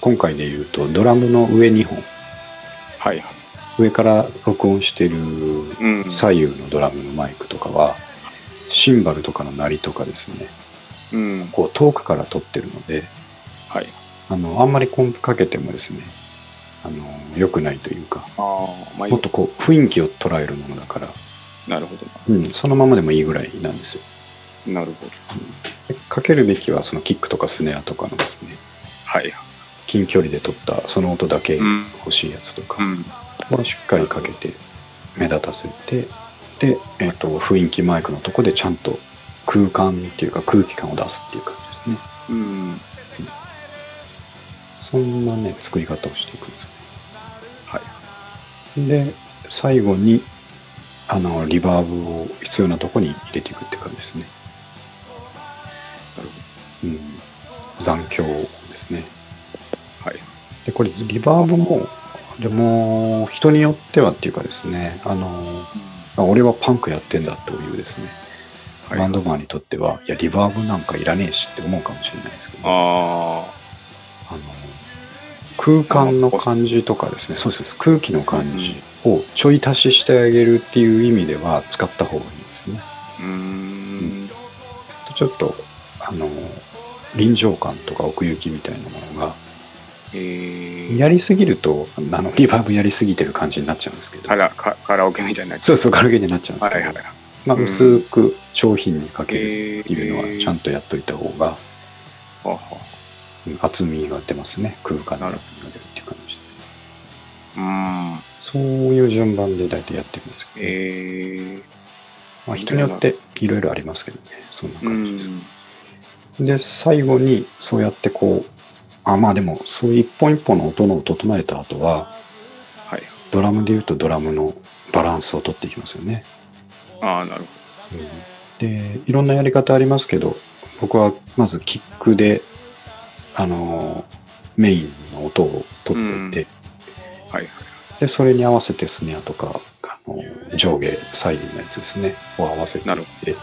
Speaker 1: 今回で言うとドラムの上2本
Speaker 2: ー、はいはい、
Speaker 1: 上から録音してる
Speaker 2: うん、
Speaker 1: 左右のドラムのマイクとかはシンバルとかの鳴りとかですね
Speaker 2: うん、
Speaker 1: こう遠くから撮ってるので
Speaker 2: はい
Speaker 1: あのあんまりコンプかけてもですねあの良くないというか
Speaker 2: ああまあ
Speaker 1: もっとこう雰囲気を捉えるものだから、
Speaker 2: なるほど
Speaker 1: うん、そのままでもいいぐらいなんですよ
Speaker 2: なるほど。
Speaker 1: でかけるべきはそのキックとかスネアとかのですね
Speaker 2: はい。
Speaker 1: 近距離で撮ったその音だけ
Speaker 2: うん。
Speaker 1: 欲しいやつと
Speaker 2: う
Speaker 1: か
Speaker 2: ん。
Speaker 1: をしっかりかけて目立たせてで、えっと雰囲気マイクのとこでちゃんと空間っていうか空気感を出すっていう感じですね
Speaker 2: うん。
Speaker 1: そんなね作り方をしていくんですよ
Speaker 2: は
Speaker 1: で最後にあのリバーブを必要なとこに入れていくって感じですね
Speaker 2: なる
Speaker 1: うん、残響ですね
Speaker 2: はい
Speaker 1: でこれリバーブもでも人によってはっていうかですねあのあ俺はパンクやってんだというですね、
Speaker 2: ほど。
Speaker 1: バン
Speaker 2: い。
Speaker 1: ドマンにとってはいやリバーブなんかいらねえしって思うかもしれないですけど
Speaker 2: あ
Speaker 1: あの空間の感じとかですねそうです空気の感じをちょい足ししてあげるっていう意味では使った方がいいんですよね
Speaker 2: あ。うーん。
Speaker 1: ちょっとあの臨場感とか奥行きみたいなものが
Speaker 2: えー。
Speaker 1: やりすぎるとあのリバーブやりすぎてる感じになっちゃうんですけど
Speaker 2: カラカカラオケみたいになやつ。
Speaker 1: そうそう軽減になっちゃうんで
Speaker 2: は
Speaker 1: すけ
Speaker 2: い
Speaker 1: ど、
Speaker 2: はい。
Speaker 1: まあ、
Speaker 2: うん
Speaker 1: 薄く商品にかける
Speaker 2: え
Speaker 1: っていうのはちゃん
Speaker 2: と。
Speaker 1: とやっといた方が
Speaker 2: はは
Speaker 1: うん厚みが出ますね空間の厚みが出るっていう感じで
Speaker 2: うーん。
Speaker 1: そういう順番で大体やってるんですけど、
Speaker 2: え
Speaker 1: まあ、人によっていろいろありますけどね、そんな
Speaker 2: ー、う
Speaker 1: 感じです。
Speaker 2: ん。
Speaker 1: で、最後にそうやってこう、あ、まあでも、そういう一本一本の音の整えた後は、
Speaker 2: はい。
Speaker 1: ドラムで言うとドラムのバランスを取っていきますよね。
Speaker 2: ああ、なる
Speaker 1: でいろんなやり方ありますけど僕はまずキックであのメインの音を取っていて、
Speaker 2: ほど。はい。
Speaker 1: でそれに合わせてスネアとかあの上下左右のやつですねを合わせてい
Speaker 2: な
Speaker 1: っ
Speaker 2: る
Speaker 1: て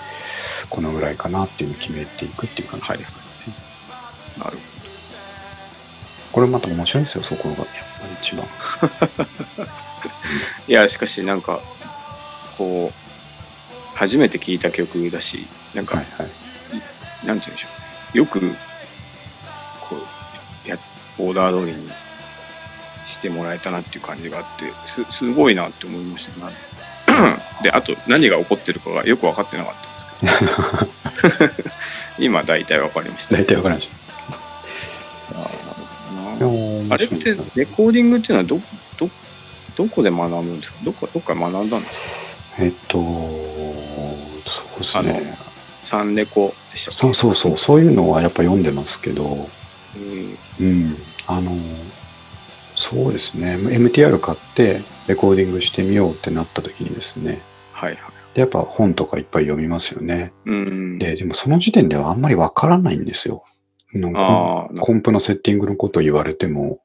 Speaker 1: このぐらいかなっていうのを決めていくっていう感じですかね、
Speaker 2: なる
Speaker 1: これまた面白いんですよそこがやっぱり一番
Speaker 2: いや、しかし、なんか、こう、初めて聴いた曲だし、なんか、
Speaker 1: はいはい
Speaker 2: なんて言うんでしょう。よく、こう、や、オーダー通りにしてもらえたなっていう感じがあって、す、すごいなって思いましたね。 *coughs* で、あと、何が起こってるかがよく分かってなかったんですけど。 *laughs* 今、大体分かりました。
Speaker 1: 大体わかりまし
Speaker 2: なるほ
Speaker 1: た
Speaker 2: どな
Speaker 1: 面
Speaker 2: あれっ
Speaker 1: 白い
Speaker 2: て、レコーディングっていうのはど、ど、どこで学ぶんですかどっか、どっかで学んだんですか
Speaker 1: えっとそうですね
Speaker 2: サンレコでしたっけ
Speaker 1: そうそうそうそういうのはやっぱ読んでますけど
Speaker 2: うん
Speaker 1: うん、あのそうですね MTR 買ってレコーディングしてみようってなった時にですね
Speaker 2: はいはい。
Speaker 1: でやっぱ本とかいっぱい読みますよね
Speaker 2: うん。
Speaker 1: ででもその時点ではあんまりわからないんですよなんかコン
Speaker 2: ああ、
Speaker 1: コンプのセッティングのことを言われても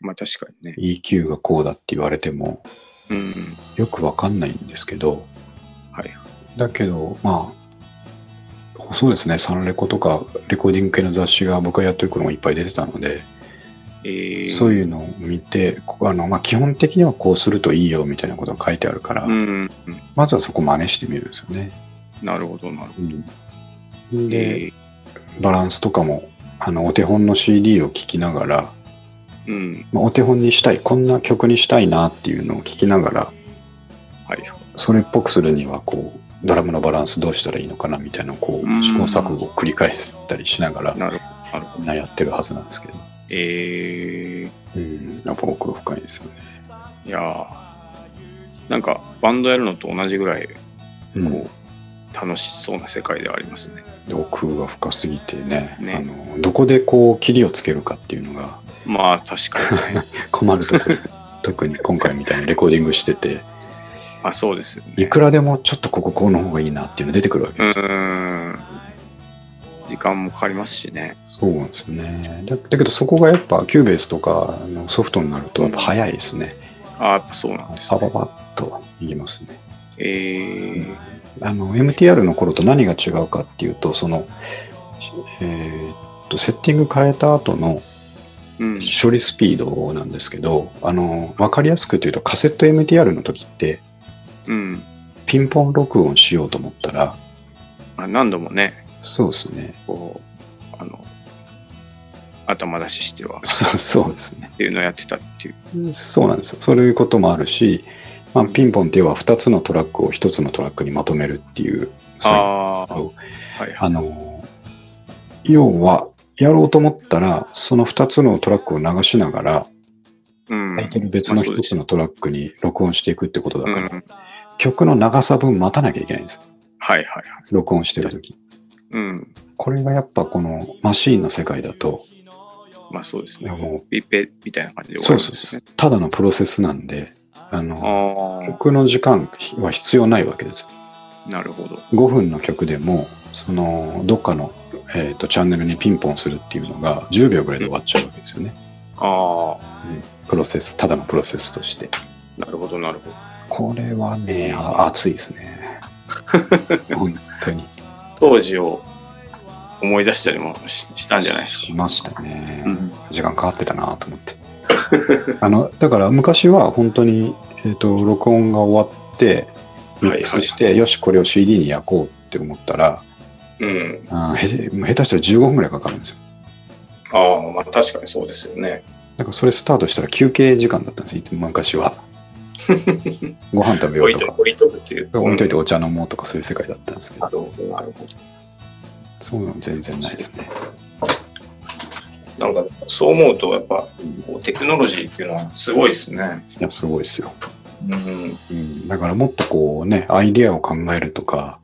Speaker 2: まあ確かにね。
Speaker 1: EQ がこうだって言われても
Speaker 2: うん。
Speaker 1: よくわかんないんですけど
Speaker 2: はい
Speaker 1: だけどまあそうですねサンレコとかレコーディング系の雑誌が僕がやってる頃もいっぱい出てたので
Speaker 2: えー、
Speaker 1: そういうのを見て、こあのまあ、基本的にはこうするといいよみたいなことが書いてあるから、
Speaker 2: うん。
Speaker 1: まずはそこ真似してみるんですよね。
Speaker 2: なるほど、なるほ
Speaker 1: うん
Speaker 2: ど。
Speaker 1: で、
Speaker 2: え
Speaker 1: バランスとかもあのお手本の CD を聴きながら、
Speaker 2: ーうん。
Speaker 1: まあ、お手本にしたいこんな曲にしたいなっていうのを聴きながら
Speaker 2: はい。
Speaker 1: それっぽくするにはこうドラムのバランスどうしたらいいのかなみたいなこ
Speaker 2: うん
Speaker 1: う試行錯誤を繰り返したりしながら
Speaker 2: なるほど、なるほ
Speaker 1: みん
Speaker 2: ど。
Speaker 1: なやってるはずなんですけど、
Speaker 2: え
Speaker 1: うん、やっぱ奥が深いですよね。
Speaker 2: ー、いやーなんかバンドやるのと同じぐらい、こ
Speaker 1: う
Speaker 2: う、
Speaker 1: ん
Speaker 2: 楽しそうな世界ではありますね。
Speaker 1: 奥が深すぎてね
Speaker 2: ね
Speaker 1: あのどこでこう切りをつけるかっていうのが
Speaker 2: まあ確
Speaker 1: *laughs*
Speaker 2: かに。
Speaker 1: 困るところ
Speaker 2: *laughs*
Speaker 1: です特に今回みたいにレコーディングしてて
Speaker 2: まあそうですよね。
Speaker 1: いくらでもちょっとこここうの方がいいなっていうの出てくるわけ
Speaker 2: う
Speaker 1: ですよ、
Speaker 2: ん。時間もかかりますしね。
Speaker 1: そうなんですよねだだけどそこがやっぱキューベースとかあのソフトになるとやっぱ早いですね、
Speaker 2: ああ、やっぱそうなんです
Speaker 1: パ
Speaker 2: ね。
Speaker 1: パパッといきますね
Speaker 2: えー、
Speaker 1: あの MTR の頃と何が違うかっていうとそのえーっとセッティング変えた後の
Speaker 2: うん。
Speaker 1: 処理スピードなんですけど、あの、わかりやすく言うとカセット MTR の時って、
Speaker 2: うん。
Speaker 1: ピンポン録音しようと思ったら、
Speaker 2: まあ、何度もね、
Speaker 1: そうですね。
Speaker 2: こう、あの、頭出ししては、
Speaker 1: そうそうですね
Speaker 2: っ。ていうのをやってたっていう。
Speaker 1: そうなんですよ。そういうこともあるし、まあ、ピンポンっていうのは2つのトラックを1つのトラックにまとめるっていう作業
Speaker 2: ああ、
Speaker 1: なんです
Speaker 2: はい
Speaker 1: けど、あの、要は、やろうと思ったら、その2つのトラックを流しながら、
Speaker 2: うん。
Speaker 1: 空いてる別の1つのトラックに録音していくってことだから、
Speaker 2: うん
Speaker 1: 曲の長さ分待たなきゃいけないんですよ。
Speaker 2: はいはいはい。
Speaker 1: 録音してる時
Speaker 2: うん。
Speaker 1: これがやっぱこのマシーンの世界だと、
Speaker 2: まあそうですね。
Speaker 1: も
Speaker 2: ビッペみたいな感じで
Speaker 1: う、
Speaker 2: 終
Speaker 1: そ
Speaker 2: わ
Speaker 1: う
Speaker 2: るん
Speaker 1: そう
Speaker 2: です
Speaker 1: そう
Speaker 2: ね。
Speaker 1: ただのプロセスなんで、あの、
Speaker 2: あ
Speaker 1: 曲の時間は必要ないわけですよ。
Speaker 2: あ、なるほど。
Speaker 1: 5分の曲でも、その、どっかの、えーとチャンネルにピンポンするっていうのが10秒ぐらいで終わっちゃうわけですよね。
Speaker 2: あ
Speaker 1: プロセス、ただのプロセスとして。
Speaker 2: あ、なるほどなるほど。
Speaker 1: これはね、あ熱いです
Speaker 2: *laughs*
Speaker 1: ね。本当に。
Speaker 2: 当時を思い出したりもししたんじゃないですか。
Speaker 1: しましたね。
Speaker 2: うん。
Speaker 1: 時間かかってたなと思って *laughs* あのだから昔は本当にえっ、と録音が終わってミックスして、よしこれを CD に焼こうって思ったら
Speaker 2: うん。
Speaker 1: あーへもう下手したら15分ぐらいかかるんですよ
Speaker 2: ああ、まあ確かにそうですよね。
Speaker 1: だからそれスタートしたら休憩時間だったんです昔
Speaker 2: *laughs*
Speaker 1: はご飯食べよう
Speaker 2: 置い
Speaker 1: と
Speaker 2: とく、
Speaker 1: か
Speaker 2: 置いとくっていう。
Speaker 1: 置いといて
Speaker 2: うん
Speaker 1: お茶飲もうとかそういう世界だったんですけ
Speaker 2: な
Speaker 1: ど
Speaker 2: るほど、なるほど。
Speaker 1: そういうの全然ないですね
Speaker 2: なんかそう思うとやっぱこうテクノロジーっていうのはすごいですね。
Speaker 1: いや、すごいですよ。
Speaker 2: うん
Speaker 1: うん、だからもっとこうね、アイディアを考えるとか、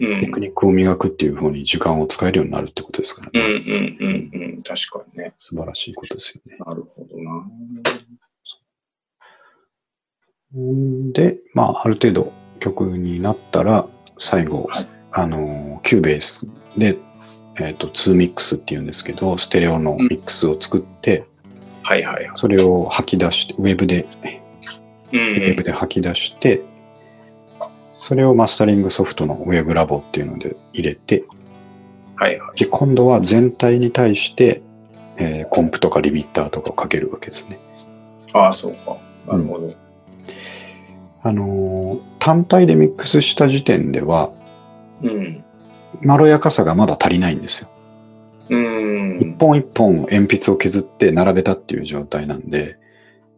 Speaker 2: うん
Speaker 1: テクニックを磨くっていう方に時間を使えるようになるってことですから
Speaker 2: うんう
Speaker 1: ね。
Speaker 2: んうんうん、確かにね。
Speaker 1: 素晴らしいことですよね。
Speaker 2: なるほどな。
Speaker 1: で、まあ、ある程度曲になったら、最後、
Speaker 2: はい
Speaker 1: あの、キューベースで、えっ、と、2ミックスっていうんですけど、ステレオのミックスを作って、
Speaker 2: はいはいはい。
Speaker 1: それを吐き出して、ウェブで、
Speaker 2: う
Speaker 1: ウ
Speaker 2: ん
Speaker 1: ェブで吐き出して、それをマスタリングソフトのウェブラボっていうので入れて、
Speaker 2: はいはい。
Speaker 1: で、今度は全体に対して、えーコンプとかリミッターとかをかけるわけですね。
Speaker 2: ああ、そうか。なるほど。
Speaker 1: あのー単体でミックスした時点では、
Speaker 2: うん。
Speaker 1: まろやかさがまだ足りないんですよ。
Speaker 2: うん。
Speaker 1: 一本一本鉛筆を削って並べたっていう状態なんで、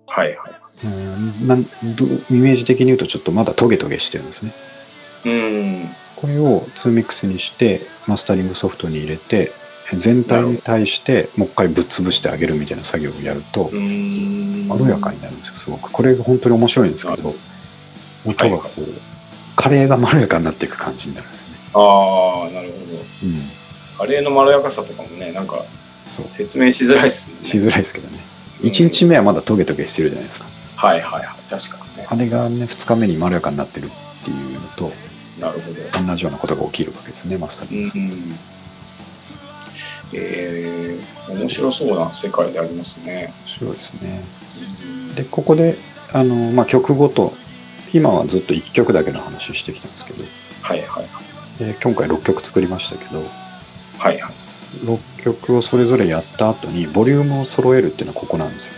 Speaker 2: はいは
Speaker 1: うんなんどイメージ的に言うとちょっとまだトゲトゲしてるんですね。
Speaker 2: い。うん。
Speaker 1: これを2ミックスにして、マスタリングソフトに入れて、全体に対してもう一回ぶっ潰してあげるみたいな作業をやると
Speaker 2: う、ん。
Speaker 1: まろやかになるんですよ、すごく。これが本当に面白いんですけど、音がこう、カレーがまろやかになっていく感じになるんですよね。
Speaker 2: ああ、なるほ
Speaker 1: うん。
Speaker 2: ど。カレーのまろやかさとかもね、なんか
Speaker 1: そう。
Speaker 2: 説明しづらいっすね。
Speaker 1: しづらいですけどね。1日
Speaker 2: 目。
Speaker 1: 目はまだトゲトゲしてるじゃないですか。
Speaker 2: はいはいはい。確かにね。
Speaker 1: あれがね、2日目にまろやかになってるっていうのと、
Speaker 2: なるほど。
Speaker 1: 同じようなことが起きるわけですね、マスタリングソフト。
Speaker 2: うんえー、面白そうな世界でありますね。
Speaker 1: 面白いですね。で、ここで、あの、まあ、曲ごと、今はずっと1曲だけの話してきたんですけど、
Speaker 2: はいはい
Speaker 1: で今回6曲作りましたけど、
Speaker 2: はいはい。
Speaker 1: 6曲をそれぞれやった後にボリュームを揃えるっていうのはここなんですよ。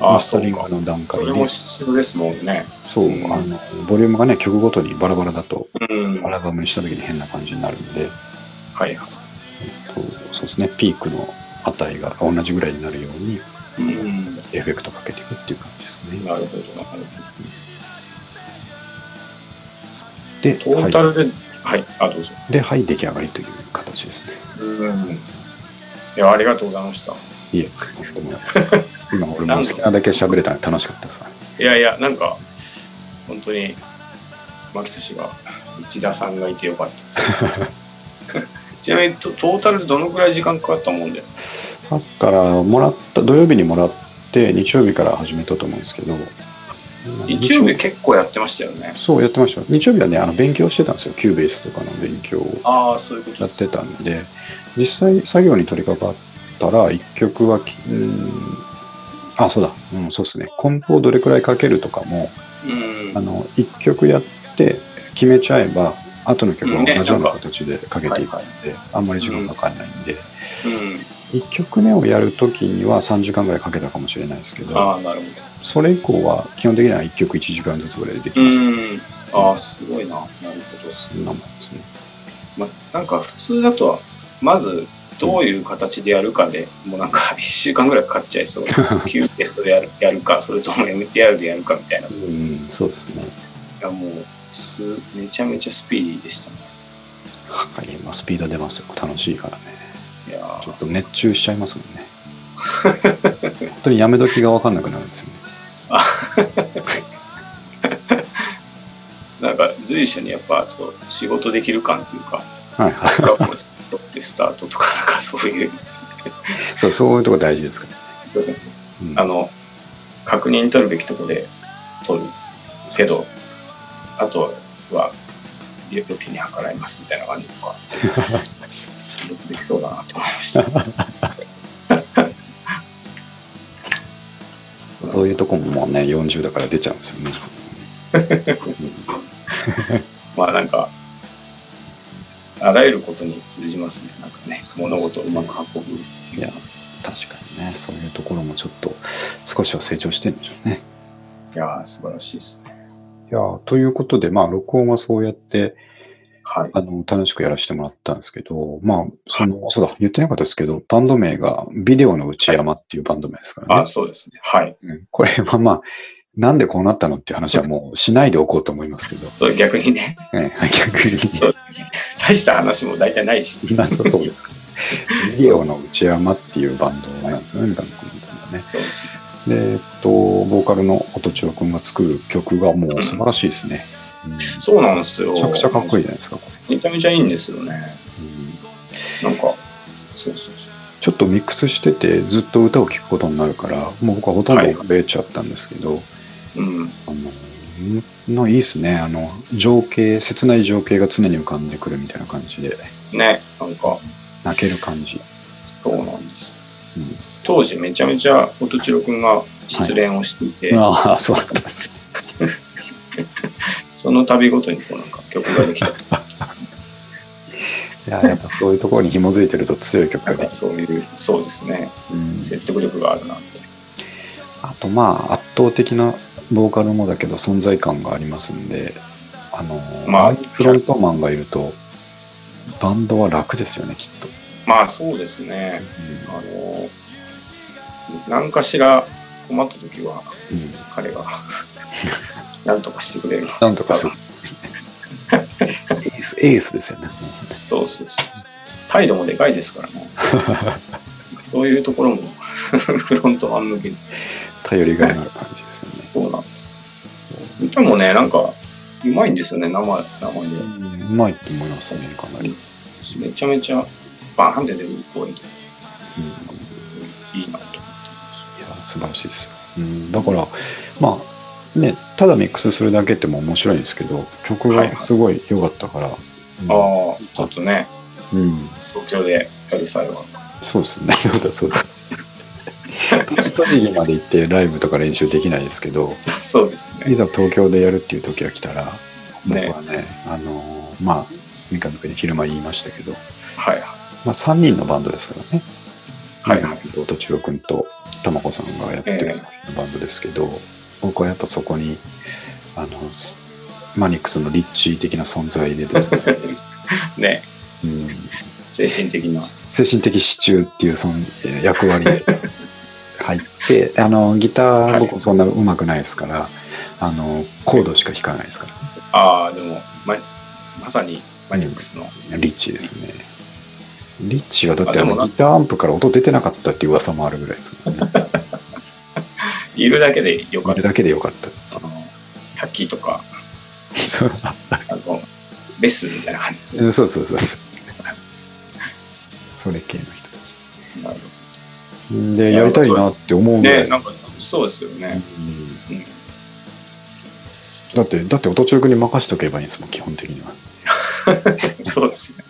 Speaker 2: あー
Speaker 1: マスタリングの段
Speaker 2: そ
Speaker 1: 階
Speaker 2: れ
Speaker 1: で
Speaker 2: も。必要ですもんね。
Speaker 1: そう、
Speaker 2: うん
Speaker 1: あの、ボリュームがね、曲ごとにバラバラだと、
Speaker 2: うん。
Speaker 1: ア
Speaker 2: はい
Speaker 1: ルバムにした時に変な感じになるんで、
Speaker 2: はい。
Speaker 1: えっと、そうですね、ピークの値が同じぐらいになるように
Speaker 2: うん。
Speaker 1: エフェクトかけていくっていう感じですね。
Speaker 2: なるほどなるほど。
Speaker 1: で、
Speaker 2: トータ
Speaker 1: は
Speaker 2: ルで、はい、あ、どうぞ。
Speaker 1: い、で、はい、出来上がりという形ですね。
Speaker 2: うん。いや、ありがとうございました。
Speaker 1: いえ、とんでもないです。今、俺も好きなだけ喋れたら楽しかったさ。
Speaker 2: いやいや、なんか、本当に、牧俊が、内田さんがいてよかった *laughs* です。ちなみにト、トータルでどのくらい時間かかったもんですか
Speaker 1: だから、もらった、土曜日にもらって、日曜日から始めたと思うんですけど、
Speaker 2: 日曜日結構やってましたよね。
Speaker 1: そう、やってました。日曜日はね、あの勉強してたんですよ。キューベースとかの勉強を
Speaker 2: ああ、そういうこと
Speaker 1: や
Speaker 2: で
Speaker 1: っ
Speaker 2: す。
Speaker 1: てたんで、実際作業に取り掛かったら、一曲はき、うん、あ、そうだ、うん、そうですね。コンプをどれくらいかけるとかも、
Speaker 2: うん
Speaker 1: あ。の、一曲やって決めちゃえば、後の曲は
Speaker 2: うんね
Speaker 1: 同じよう
Speaker 2: な
Speaker 1: なん
Speaker 2: か
Speaker 1: 形でかけ
Speaker 2: は
Speaker 1: て
Speaker 2: い
Speaker 1: いく
Speaker 2: はい。
Speaker 1: んで、あんまり時間かかんないんで、
Speaker 2: う
Speaker 1: 1曲目をやるときには3時間ぐらいかけたかもしれないですけ
Speaker 2: ん。あ
Speaker 1: ど、
Speaker 2: あ、なるほ
Speaker 1: それ以降は基本的には1曲1時間ずつぐらいででき
Speaker 2: ど。う
Speaker 1: ました。
Speaker 2: ん。ああ、すごいな。なるほど。
Speaker 1: そんなもんですね。
Speaker 2: ま、なんか普通だとは、まずどういう形でやるかで、もうなんか *laughs* 1週間ぐらいかかっちゃいそう。QS でやるやるか、それとも MTR でやるかみたいな。い
Speaker 1: うん、そうですね。
Speaker 2: やもうす、めちゃめちゃスピーディーでしたね。
Speaker 1: はい、まあ、スピード出ますよ。楽しいからね。
Speaker 2: いや
Speaker 1: ちょっと熱中しちゃいますもんね。本当にやめ時が分かんなくなるんですよね。
Speaker 2: ーなんか随所にやっぱ、あと仕事できる感っていうか、
Speaker 1: はいはい。
Speaker 2: なんかこう取ってスタートとか、なんかそういう、
Speaker 1: そう、そういうとこ大事ですから。
Speaker 2: 要するに
Speaker 1: うん
Speaker 2: あの、確認取るべきとこで取るけど、あとは、よ余計に計らいますみたいな感じとか、よくできそうだなと思いました。
Speaker 1: *laughs* そういうとこももうね、40だから出ちゃうんですよね。
Speaker 2: まあなんか、あらゆることに通じますね。なんかね、物事をうまく運ぶって
Speaker 1: い
Speaker 2: いう
Speaker 1: や
Speaker 2: のは。、
Speaker 1: 確かにね、そういうところもちょっと少しは成長してるんでしょうね。
Speaker 2: いやー、素晴らしいですね。
Speaker 1: いやー、ということで、まあ、録音はそうやって、
Speaker 2: はい。
Speaker 1: あの、楽しくやらせてもらったんですけど、まあ、その、そうだ、言ってなかったですけど、バンド名が、ビデオの内山っていうバンド名ですからね。
Speaker 2: あ、そうですね。はい。
Speaker 1: うんこれはまあ、なんでこうなったのっていう話はもうしないでおこうと思いますけど、
Speaker 2: それ逆にね、 *laughs*
Speaker 1: ええ逆に
Speaker 2: 大した話も大体ないし。
Speaker 1: なさそうですから。リオの内山っていうバンドなんですよね、ミラノ君のね。
Speaker 2: そうですね。
Speaker 1: で、えっと、ボーカルの音千代君が作る曲がもう素晴らしいですね。うんめち
Speaker 2: そうなんですよ。
Speaker 1: ゃくちゃかっこいいじゃないですか、これ。
Speaker 2: めちゃめちゃいいんですよね。
Speaker 1: うん
Speaker 2: なんか、そうそうそう。
Speaker 1: ちょっとミックスしててずっと歌を聴くことになるからもう僕はほとんど覚えちゃったんですけど、
Speaker 2: うん。
Speaker 1: あののいいですねあの情景切ない情景が常に浮かんでくるみたいな感じで
Speaker 2: ね、なんか、
Speaker 1: 泣ける感じ、
Speaker 2: そうなんです。
Speaker 1: うん
Speaker 2: 当時めちゃめちゃ音千代くんが失恋をしていて、
Speaker 1: ああそうだったっす
Speaker 2: その度ごとにこうなんか曲ができたり
Speaker 1: いややっぱそういうところに紐づいてると強い曲
Speaker 2: な
Speaker 1: が
Speaker 2: ん
Speaker 1: で
Speaker 2: か
Speaker 1: き
Speaker 2: そういう、そうですね。
Speaker 1: る、うん
Speaker 2: 説得力があるなって。
Speaker 1: あとまあ圧倒的なボーカルもだけど存在感がありますんであの、
Speaker 2: まあ
Speaker 1: ああいうフロントマンがいるとバンドは楽ですよねきっと、
Speaker 2: まあそうですね。あの、何かしら困った時は
Speaker 1: うんうん
Speaker 2: 彼が *laughs* 何とかしてくれる。
Speaker 1: なんとかする。エース、エースですよね。
Speaker 2: そうそうそう。態度もでかいですから
Speaker 1: *laughs*
Speaker 2: ね。そういうところも *laughs* フロントマン向けに
Speaker 1: 頼りがいのある感じですよね。
Speaker 2: そうなんです。歌もね、なんか、うまいんですよね、生、生で
Speaker 1: う。まいと思いますね、かなり。
Speaker 2: めちゃめちゃ、バーンって出る声で、
Speaker 1: うん、い
Speaker 2: いいなと思ってます。
Speaker 1: や、素晴らしいですよ。うん、だから、まあ、ね、ただミックスするだけっても面白いんですけど、曲がすごい良かったから。うん
Speaker 2: ああ、ちょっとね、
Speaker 1: うん、
Speaker 2: 東京でやる際は。 *laughs*
Speaker 1: そうですね。 *laughs* そうだ、そうだ。栃木まで行ってライブとか練習できないですけど、
Speaker 2: そうです
Speaker 1: い
Speaker 2: ね。
Speaker 1: ざ東京でやるっていう時が来たら、僕
Speaker 2: ね
Speaker 1: はね、あのーまあ、三上君に昼間言いましたけど、
Speaker 2: はい。
Speaker 1: まあ、3人のバンドですからね。。
Speaker 2: はいはい
Speaker 1: と千代君と玉子さんがやってるバンドですけど、僕はやっぱそこに、あの、すマニックスのリッチー的な存在でです
Speaker 2: *laughs*
Speaker 1: ね、
Speaker 2: ね、
Speaker 1: うん、
Speaker 2: 精神的な。
Speaker 1: 精神的支柱っていう存えー役割で入
Speaker 2: *laughs*
Speaker 1: って、あの、ギタ
Speaker 2: は
Speaker 1: ー
Speaker 2: い
Speaker 1: 僕もそんな上手くないですから、あの、コードしか弾かないですから、
Speaker 2: ああ、でも、ま、まさにマニックスの。
Speaker 1: リッチーですね。リッチーはだってあ
Speaker 2: あでも
Speaker 1: の
Speaker 2: な
Speaker 1: ギターアンプから音出てなかったっていう噂もあるぐらいです
Speaker 2: *laughs*
Speaker 1: からね。
Speaker 2: いるだけでよ
Speaker 1: こ
Speaker 2: かっ
Speaker 1: れ
Speaker 2: た。
Speaker 1: だけでよかった。
Speaker 2: タッキーとか、
Speaker 1: そう
Speaker 2: あの、ベスみたいな感じですね。
Speaker 1: うんそうそうそうそう。それ系の人たち。
Speaker 2: なるほ
Speaker 1: で、やりたいなって思う
Speaker 2: ど
Speaker 1: ぐら
Speaker 2: ね、
Speaker 1: い。
Speaker 2: なんか楽しそうですよね。
Speaker 1: うん
Speaker 2: うん。
Speaker 1: だって、だって、お途中君に任しとけばいいんですもん、基本的には。
Speaker 2: *laughs* そうですね。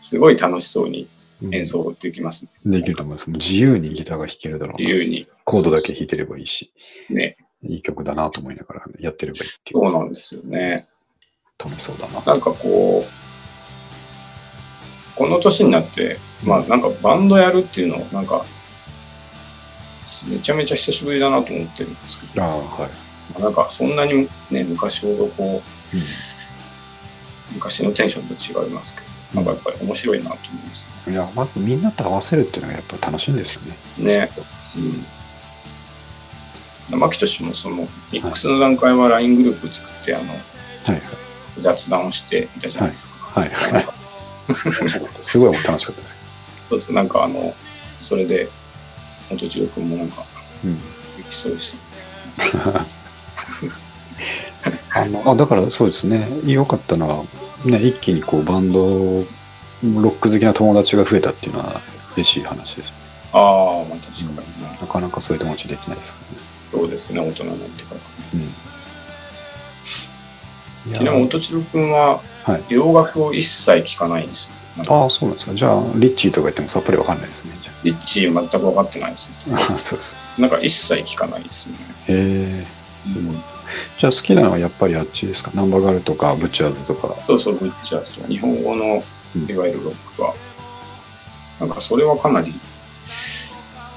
Speaker 2: すごい楽しそうに
Speaker 1: うん
Speaker 2: 演奏できますね。
Speaker 1: できると思います。もう自由にギターが弾けるだろう
Speaker 2: 自
Speaker 1: な。
Speaker 2: 由に。
Speaker 1: コードだけ弾いてればいいし、
Speaker 2: ね。
Speaker 1: いい曲だなと思いながらやってればいいってい
Speaker 2: そう
Speaker 1: う。
Speaker 2: なんですよね。
Speaker 1: 楽しそうだな。
Speaker 2: なんかこう、この年になって、まあなんかバンドやるっていうのを、なんか、めちゃめちゃ久しぶりだなと思ってるんですけど、
Speaker 1: ああ、はい。
Speaker 2: まあなんかそんなにね、昔ほどこう、昔のテンションと違いますけど、なんかやっぱり面白いなと思います
Speaker 1: いや、まあ、みんなと合わせるっていうのがやっぱ楽しいんですよね。
Speaker 2: ね。ねうん。牧俊もその、ミックスの段階は LINE グループ作って、あの、
Speaker 1: はい
Speaker 2: 雑談をしていたじゃないですか。
Speaker 1: はい。
Speaker 2: な
Speaker 1: は
Speaker 2: ん
Speaker 1: い
Speaker 2: か
Speaker 1: はい。すごいもう楽しかったです。
Speaker 2: そうですなんかあの、それで、本当、千代君もなんか、
Speaker 1: うん。
Speaker 2: できそうでした。
Speaker 1: あのあだからそうですね良かったのは、ね、一気にこうバンドロック好きな友達が増えたっていうのは嬉しい話です
Speaker 2: ああ、まあ確かにね。
Speaker 1: なかなかそういう友達できないですか
Speaker 2: そうですね、大人になってから。
Speaker 1: らね、うん、
Speaker 2: ちなみに、音千代君は
Speaker 1: はい、
Speaker 2: 洋楽を一切聴かないんですよ。なんか
Speaker 1: ああそうなんですかじゃあリッチーとか言ってもさっぱりわかんないですねじゃ
Speaker 2: リッチー全く分かってないですね。
Speaker 1: ああそうです
Speaker 2: なんか一切聴かないですね。
Speaker 1: へえすごいじゃあ好きなのはやっぱりあっちですかナンバーガールとかブッチャーズとか
Speaker 2: そうそう、ブッチャーズとか日本語の
Speaker 1: うん
Speaker 2: いわゆるロックは、なんかそれはかなり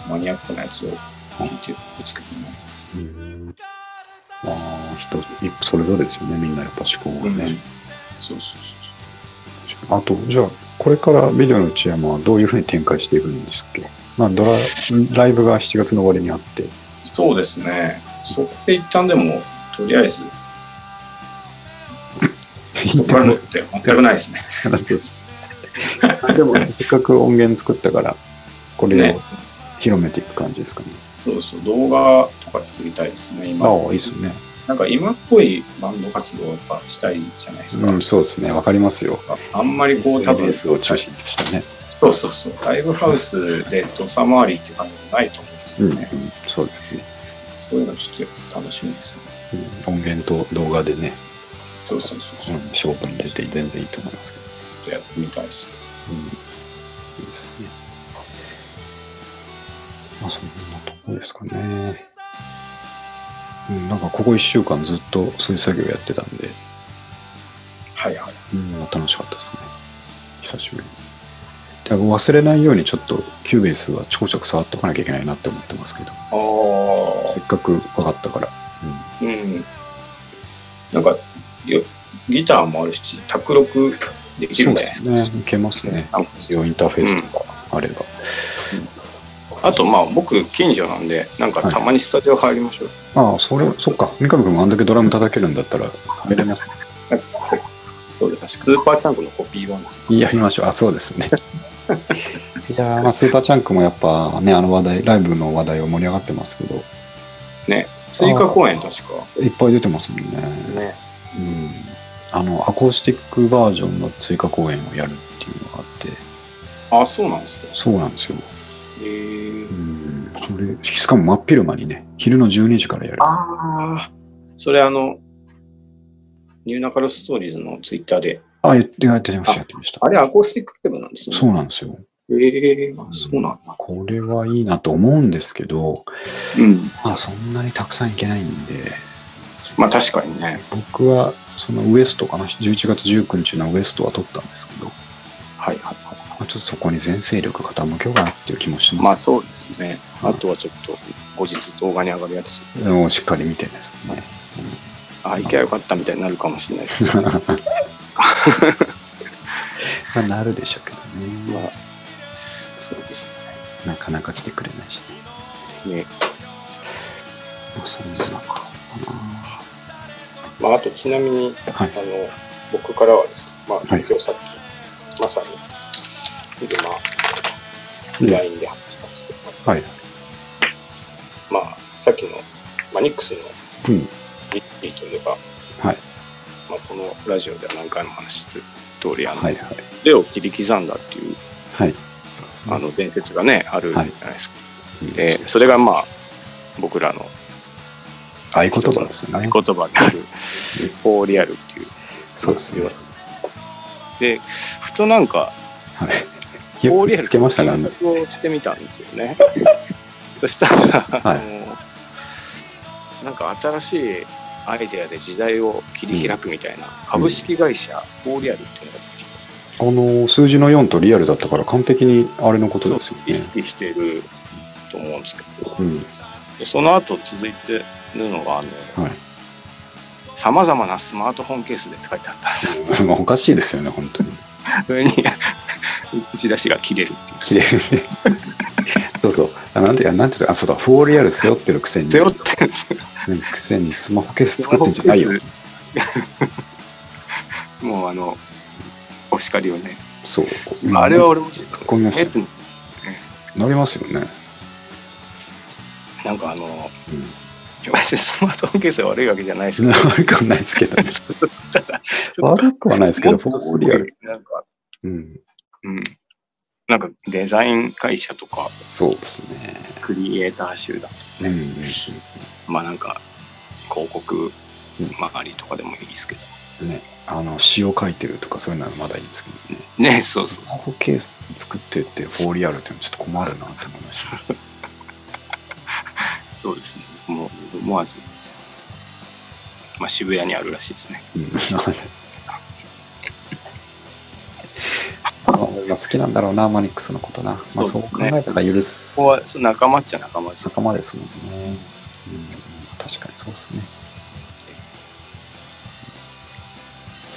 Speaker 2: マニアックなやつを聴いてるんですけどね。
Speaker 1: うんまあ人それぞれですよねみんなやっぱ思考がね、
Speaker 2: うんそうそうそうそう。
Speaker 1: あと、じゃあ、これからビデオの内山はどういうふうに展開していくんですっけまあ、ドラ、ライブが7月の終わりにあって。
Speaker 2: そうですね。そこで一旦でも、とりあえず、そこから乗って全くないですね。
Speaker 1: そうですでも、 *laughs* せっかく音源作ったから、これを
Speaker 2: ね
Speaker 1: 広めていく感じですかね。
Speaker 2: そうそう、動画とか作りたいですね、今。
Speaker 1: ああ、いいっすね。
Speaker 2: なんか今っぽいバンド活動をやっぱしたいじゃないですか。
Speaker 1: うん、そうですね。わかりますよ。
Speaker 2: あんまりこう多分、
Speaker 1: SNS を中心としたね。
Speaker 2: そうそうそう、ライブハウスで土佐回りって感じもないと思うんです
Speaker 1: うん、う
Speaker 2: よ
Speaker 1: ん
Speaker 2: ね。
Speaker 1: そうですね、
Speaker 2: そういうのちょっと楽しみですね。
Speaker 1: うん音源と動画でね、
Speaker 2: そうそうそう
Speaker 1: う
Speaker 2: そう、
Speaker 1: ん、勝負に出て全然いいと思いますけど。
Speaker 2: ちょっとやってみたいですね。
Speaker 1: うん、いいですね。まあ、そんなとこですかね。うん、なんかここ1週間ずっとそういう作業やってたんで、
Speaker 2: はいはい。
Speaker 1: うん、楽しかったですね。久しぶりに。で忘れないようにちょっとキューベースはちょこちょこ触っとかなきゃいけないなって思ってますけど、
Speaker 2: ああ
Speaker 1: せっかく分かったから。
Speaker 2: うん。なんか、よギターもあるし、卓録で
Speaker 1: うん、
Speaker 2: き
Speaker 1: そ
Speaker 2: る
Speaker 1: う
Speaker 2: ね
Speaker 1: で。すね。いけますね。
Speaker 2: あ
Speaker 1: 必要インターフェースとかあれば。
Speaker 2: あと、まあ、僕、近所なんで、なんか、たまにスタジオ入りましょう。
Speaker 1: ああ、それ、そっか。三上君もあんだけドラム叩けるんだったら、入れます。
Speaker 2: そうです。スーパーチャンクのコピー版。
Speaker 1: やりましょう。あ、そうです
Speaker 2: *laughs*
Speaker 1: ね。いやーまあ、スーパーチャンクもやっぱね、あの話題、ライブの話題は盛り上がってますけど、
Speaker 2: ね。追加公演、確か。
Speaker 1: いっぱい出てますもんね。
Speaker 2: ね。
Speaker 1: うん。あの、アコースティックバージョンの追加公演をやるっていうのがあって、
Speaker 2: あ、そうなんですか。
Speaker 1: そうなんですよ。
Speaker 2: えー
Speaker 1: う、ん。それ、しかも真っ昼間にね、昼の12時からやる。
Speaker 2: ああ、それ、あの、ニューナカロスストーリーズのツイッターで、
Speaker 1: あ、言って、やってました、やってました
Speaker 2: あ。れ、アコースティックライブなんですね。
Speaker 1: そうなんですよ。
Speaker 2: ええー、あそうなんだ。
Speaker 1: これはいいなと思うんですけど、
Speaker 2: うん。
Speaker 1: まあそんなにたくさんいけないんで、
Speaker 2: まあ、確かにね。
Speaker 1: 僕はそのウエストかな、11月19日のウエストは取ったんですけど、
Speaker 2: はいはいはい。
Speaker 1: まあちょっとそこに全勢力傾けようかなっていう気もし
Speaker 2: ま
Speaker 1: ま
Speaker 2: あ
Speaker 1: す。
Speaker 2: そうですね。あとはちょっと後日動画に上がるやつ、
Speaker 1: をしっかり見てですね。
Speaker 2: あ、行きゃよかったみたいになるかもしれないで
Speaker 1: *laughs*
Speaker 2: すけど、
Speaker 1: まあなるでしょうけどね。ま
Speaker 2: そうです
Speaker 1: あなかなか来てくれないしね。
Speaker 2: ね。
Speaker 1: まあ、そんな中か
Speaker 2: まああとちなみに、
Speaker 1: はい
Speaker 2: あの、僕からはですね、まあ
Speaker 1: は
Speaker 2: 今
Speaker 1: い
Speaker 2: 日さっき、まさに、今、
Speaker 1: な。
Speaker 2: LINE で話したんですけど、
Speaker 1: はい。
Speaker 2: まあさっきのマニックスの
Speaker 1: うん。
Speaker 2: リリーといえば、
Speaker 1: はい。
Speaker 2: まあこのラジオでは何回も話してる通り、あの、
Speaker 1: はいはい。
Speaker 2: 腕を切り刻んだっていう、
Speaker 1: はい。そうです
Speaker 2: あの伝説がね、あるじゃ
Speaker 1: は
Speaker 2: ないいですか。
Speaker 1: うん
Speaker 2: で、それがまあ、僕らの
Speaker 1: 合言葉ですよね。
Speaker 2: 言葉である、フォーリアルっていう。
Speaker 1: そうですね。
Speaker 2: で、ふとなんか、
Speaker 1: はい。
Speaker 2: フォーリア
Speaker 1: よ
Speaker 2: ル
Speaker 1: くつけました
Speaker 2: 検
Speaker 1: ね。
Speaker 2: 索をしてみたんですよ
Speaker 1: *laughs*
Speaker 2: ね。そしたら、あ
Speaker 1: はい
Speaker 2: のなんか新しいアイデアで時代を切り開くみたいな、株式会社フォーリアルっていうのが出てきた
Speaker 1: あの数字の4とリアルだったから完璧にあれのことですよ
Speaker 2: 意
Speaker 1: ね。
Speaker 2: 識してると思うんですけど、
Speaker 1: うん、
Speaker 2: でその後続いてるのが、あの
Speaker 1: はい。
Speaker 2: さまざまなスマートフォンケースでって書いてあったんですよ
Speaker 1: まあおかしい *laughs* ですよね、本当に。
Speaker 2: それに *laughs* 打ち出しが切れるっていう。
Speaker 1: 綺麗に。 *laughs* そうそう。あなんていうか、なんていうか、あ、そうだ、フォーリアル背負ってるくせに、
Speaker 2: 背負
Speaker 1: う
Speaker 2: ってるんですよ
Speaker 1: んくせにスマホケース作ってんじゃないよ。
Speaker 2: もうあの、お叱りをね。
Speaker 1: そう。
Speaker 2: あれは俺もちょっと、
Speaker 1: ごめんなさい
Speaker 2: えって
Speaker 1: なりますよね。
Speaker 2: なんかあの、
Speaker 1: うん。
Speaker 2: 別にスマートフォンケースが悪いわけじゃないですけど、
Speaker 1: 悪くはないです
Speaker 2: *laughs*
Speaker 1: けど、悪くはないですけ
Speaker 2: も
Speaker 1: ど、
Speaker 2: っ
Speaker 1: フォ
Speaker 2: とす
Speaker 1: ー
Speaker 2: ご
Speaker 1: リア
Speaker 2: い
Speaker 1: ル。、
Speaker 2: なんか、
Speaker 1: うん。
Speaker 2: うん。なんかデザイン会社とか、
Speaker 1: そうですね。
Speaker 2: クリエイター集団、
Speaker 1: うんうん。
Speaker 2: まあなんか、広告
Speaker 1: うん
Speaker 2: 周りとかでもいいですけど。
Speaker 1: うんね。あの、詩を書いてるとかそういうのはまだいいんですけどね。
Speaker 2: ね、そうそう。
Speaker 1: ここケース作ってってフォーリアルっていうのちょっと困るなって思いました。
Speaker 2: そうですね。もう、思わず。まあ渋谷にあるらしいですね。
Speaker 1: うん、まあ俺が好きなんだろうな、マニックスのことな。まあ、そ
Speaker 2: そううです
Speaker 1: 考
Speaker 2: ね
Speaker 1: えたら許す
Speaker 2: ここはそう仲間っちゃ仲間ですよ。
Speaker 1: 仲間ですもんね。うん、確かにそうですね。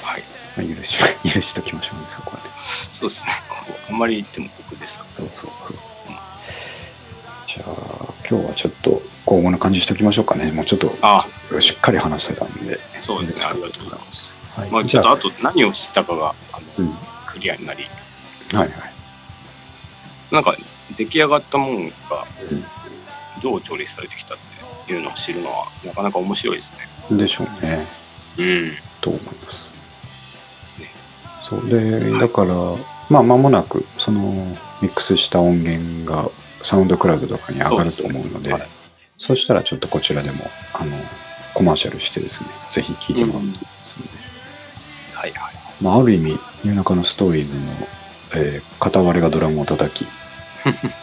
Speaker 2: はい。
Speaker 1: まあ、許し、許しときましょうね、そこはね。
Speaker 2: そうですね。ここあんまり言っても僕ですか
Speaker 1: そうそうそう。じゃあ、今日はちょっと今後の感じしときましょうかね。もうちょっと
Speaker 2: あ
Speaker 1: しっかり話してたんで。
Speaker 2: そうですね。ありがとうございます。
Speaker 1: はい
Speaker 2: まあ、ちょっとあと何をしてたかがあの
Speaker 1: うん
Speaker 2: クリアになり、
Speaker 1: はいはい。
Speaker 2: なんか出来上がったものが
Speaker 1: うん
Speaker 2: どう調理されてきたっていうのを知るのはなかなか面白いですね。
Speaker 1: でしょうね。
Speaker 2: うん。
Speaker 1: と思います
Speaker 2: ね。
Speaker 1: そうで、だから、まあ、間もなく、その、ミックスした音源が、サウンドクラウドとかに上がると思うので、
Speaker 2: はい
Speaker 1: そうしたら、ちょっとこちらでも、あの、コマーシャルしてですね、ぜひ聴いてもらうと思いますので、
Speaker 2: はいはい。
Speaker 1: まあ、ある意味、夜中のストーリーズの、えー片割れがドラムを叩き、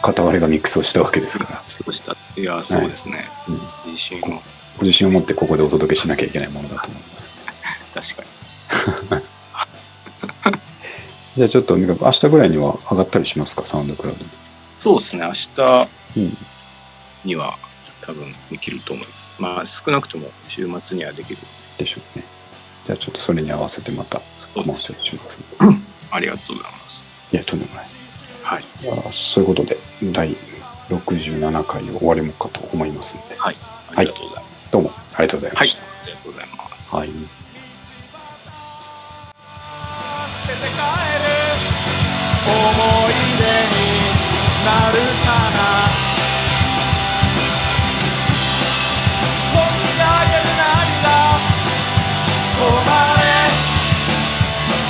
Speaker 1: 片割れがミックスをしたわけですから、
Speaker 2: そうした。いや、そうですね。
Speaker 1: うん
Speaker 2: 自信を。
Speaker 1: ご自信を持ってここでお届けしなきゃいけないものだと思います。
Speaker 2: 確かに。
Speaker 1: じゃあちょっと、美香君明日ぐらいには上がったりしますか、サウンドクラウドに。
Speaker 2: そうですね。明日
Speaker 1: うん
Speaker 2: には多分できると思います。まあ少なくとも週末にはできる。
Speaker 1: でしょうね。じゃあちょっとそれに合わせてまたコ
Speaker 2: うですね
Speaker 1: マーシャルします。
Speaker 2: ありがとうございます。
Speaker 1: いや、とんでもない。
Speaker 2: はい。
Speaker 1: じゃあそういうことで、第67回を終わりもかと思いますので、
Speaker 2: ありがとうございます。
Speaker 1: どうもありがとうございま
Speaker 2: はい。
Speaker 1: した。
Speaker 2: ありがとうございます。
Speaker 1: はい。
Speaker 3: 捨てて帰る思い出になるかな込み上げる涙止まれ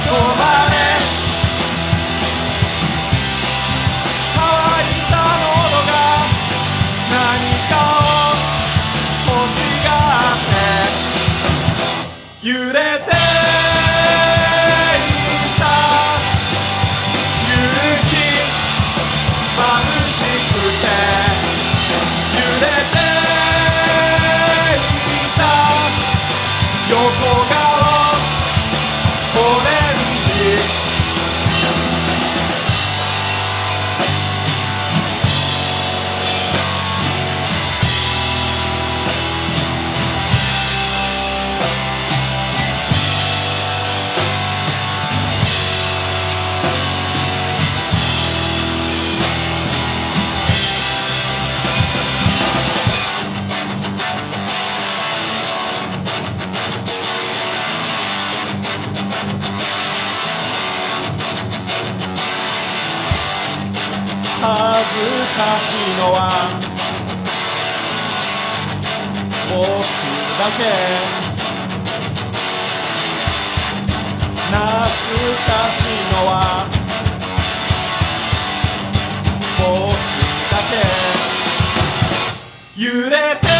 Speaker 3: 止まれ乾いた喉が何かを欲しがって揺れていた勇気眩しくて揺れていた横顔オレンジ恥ずかしいのは僕だけ懐かしいのは僕だけ揺れて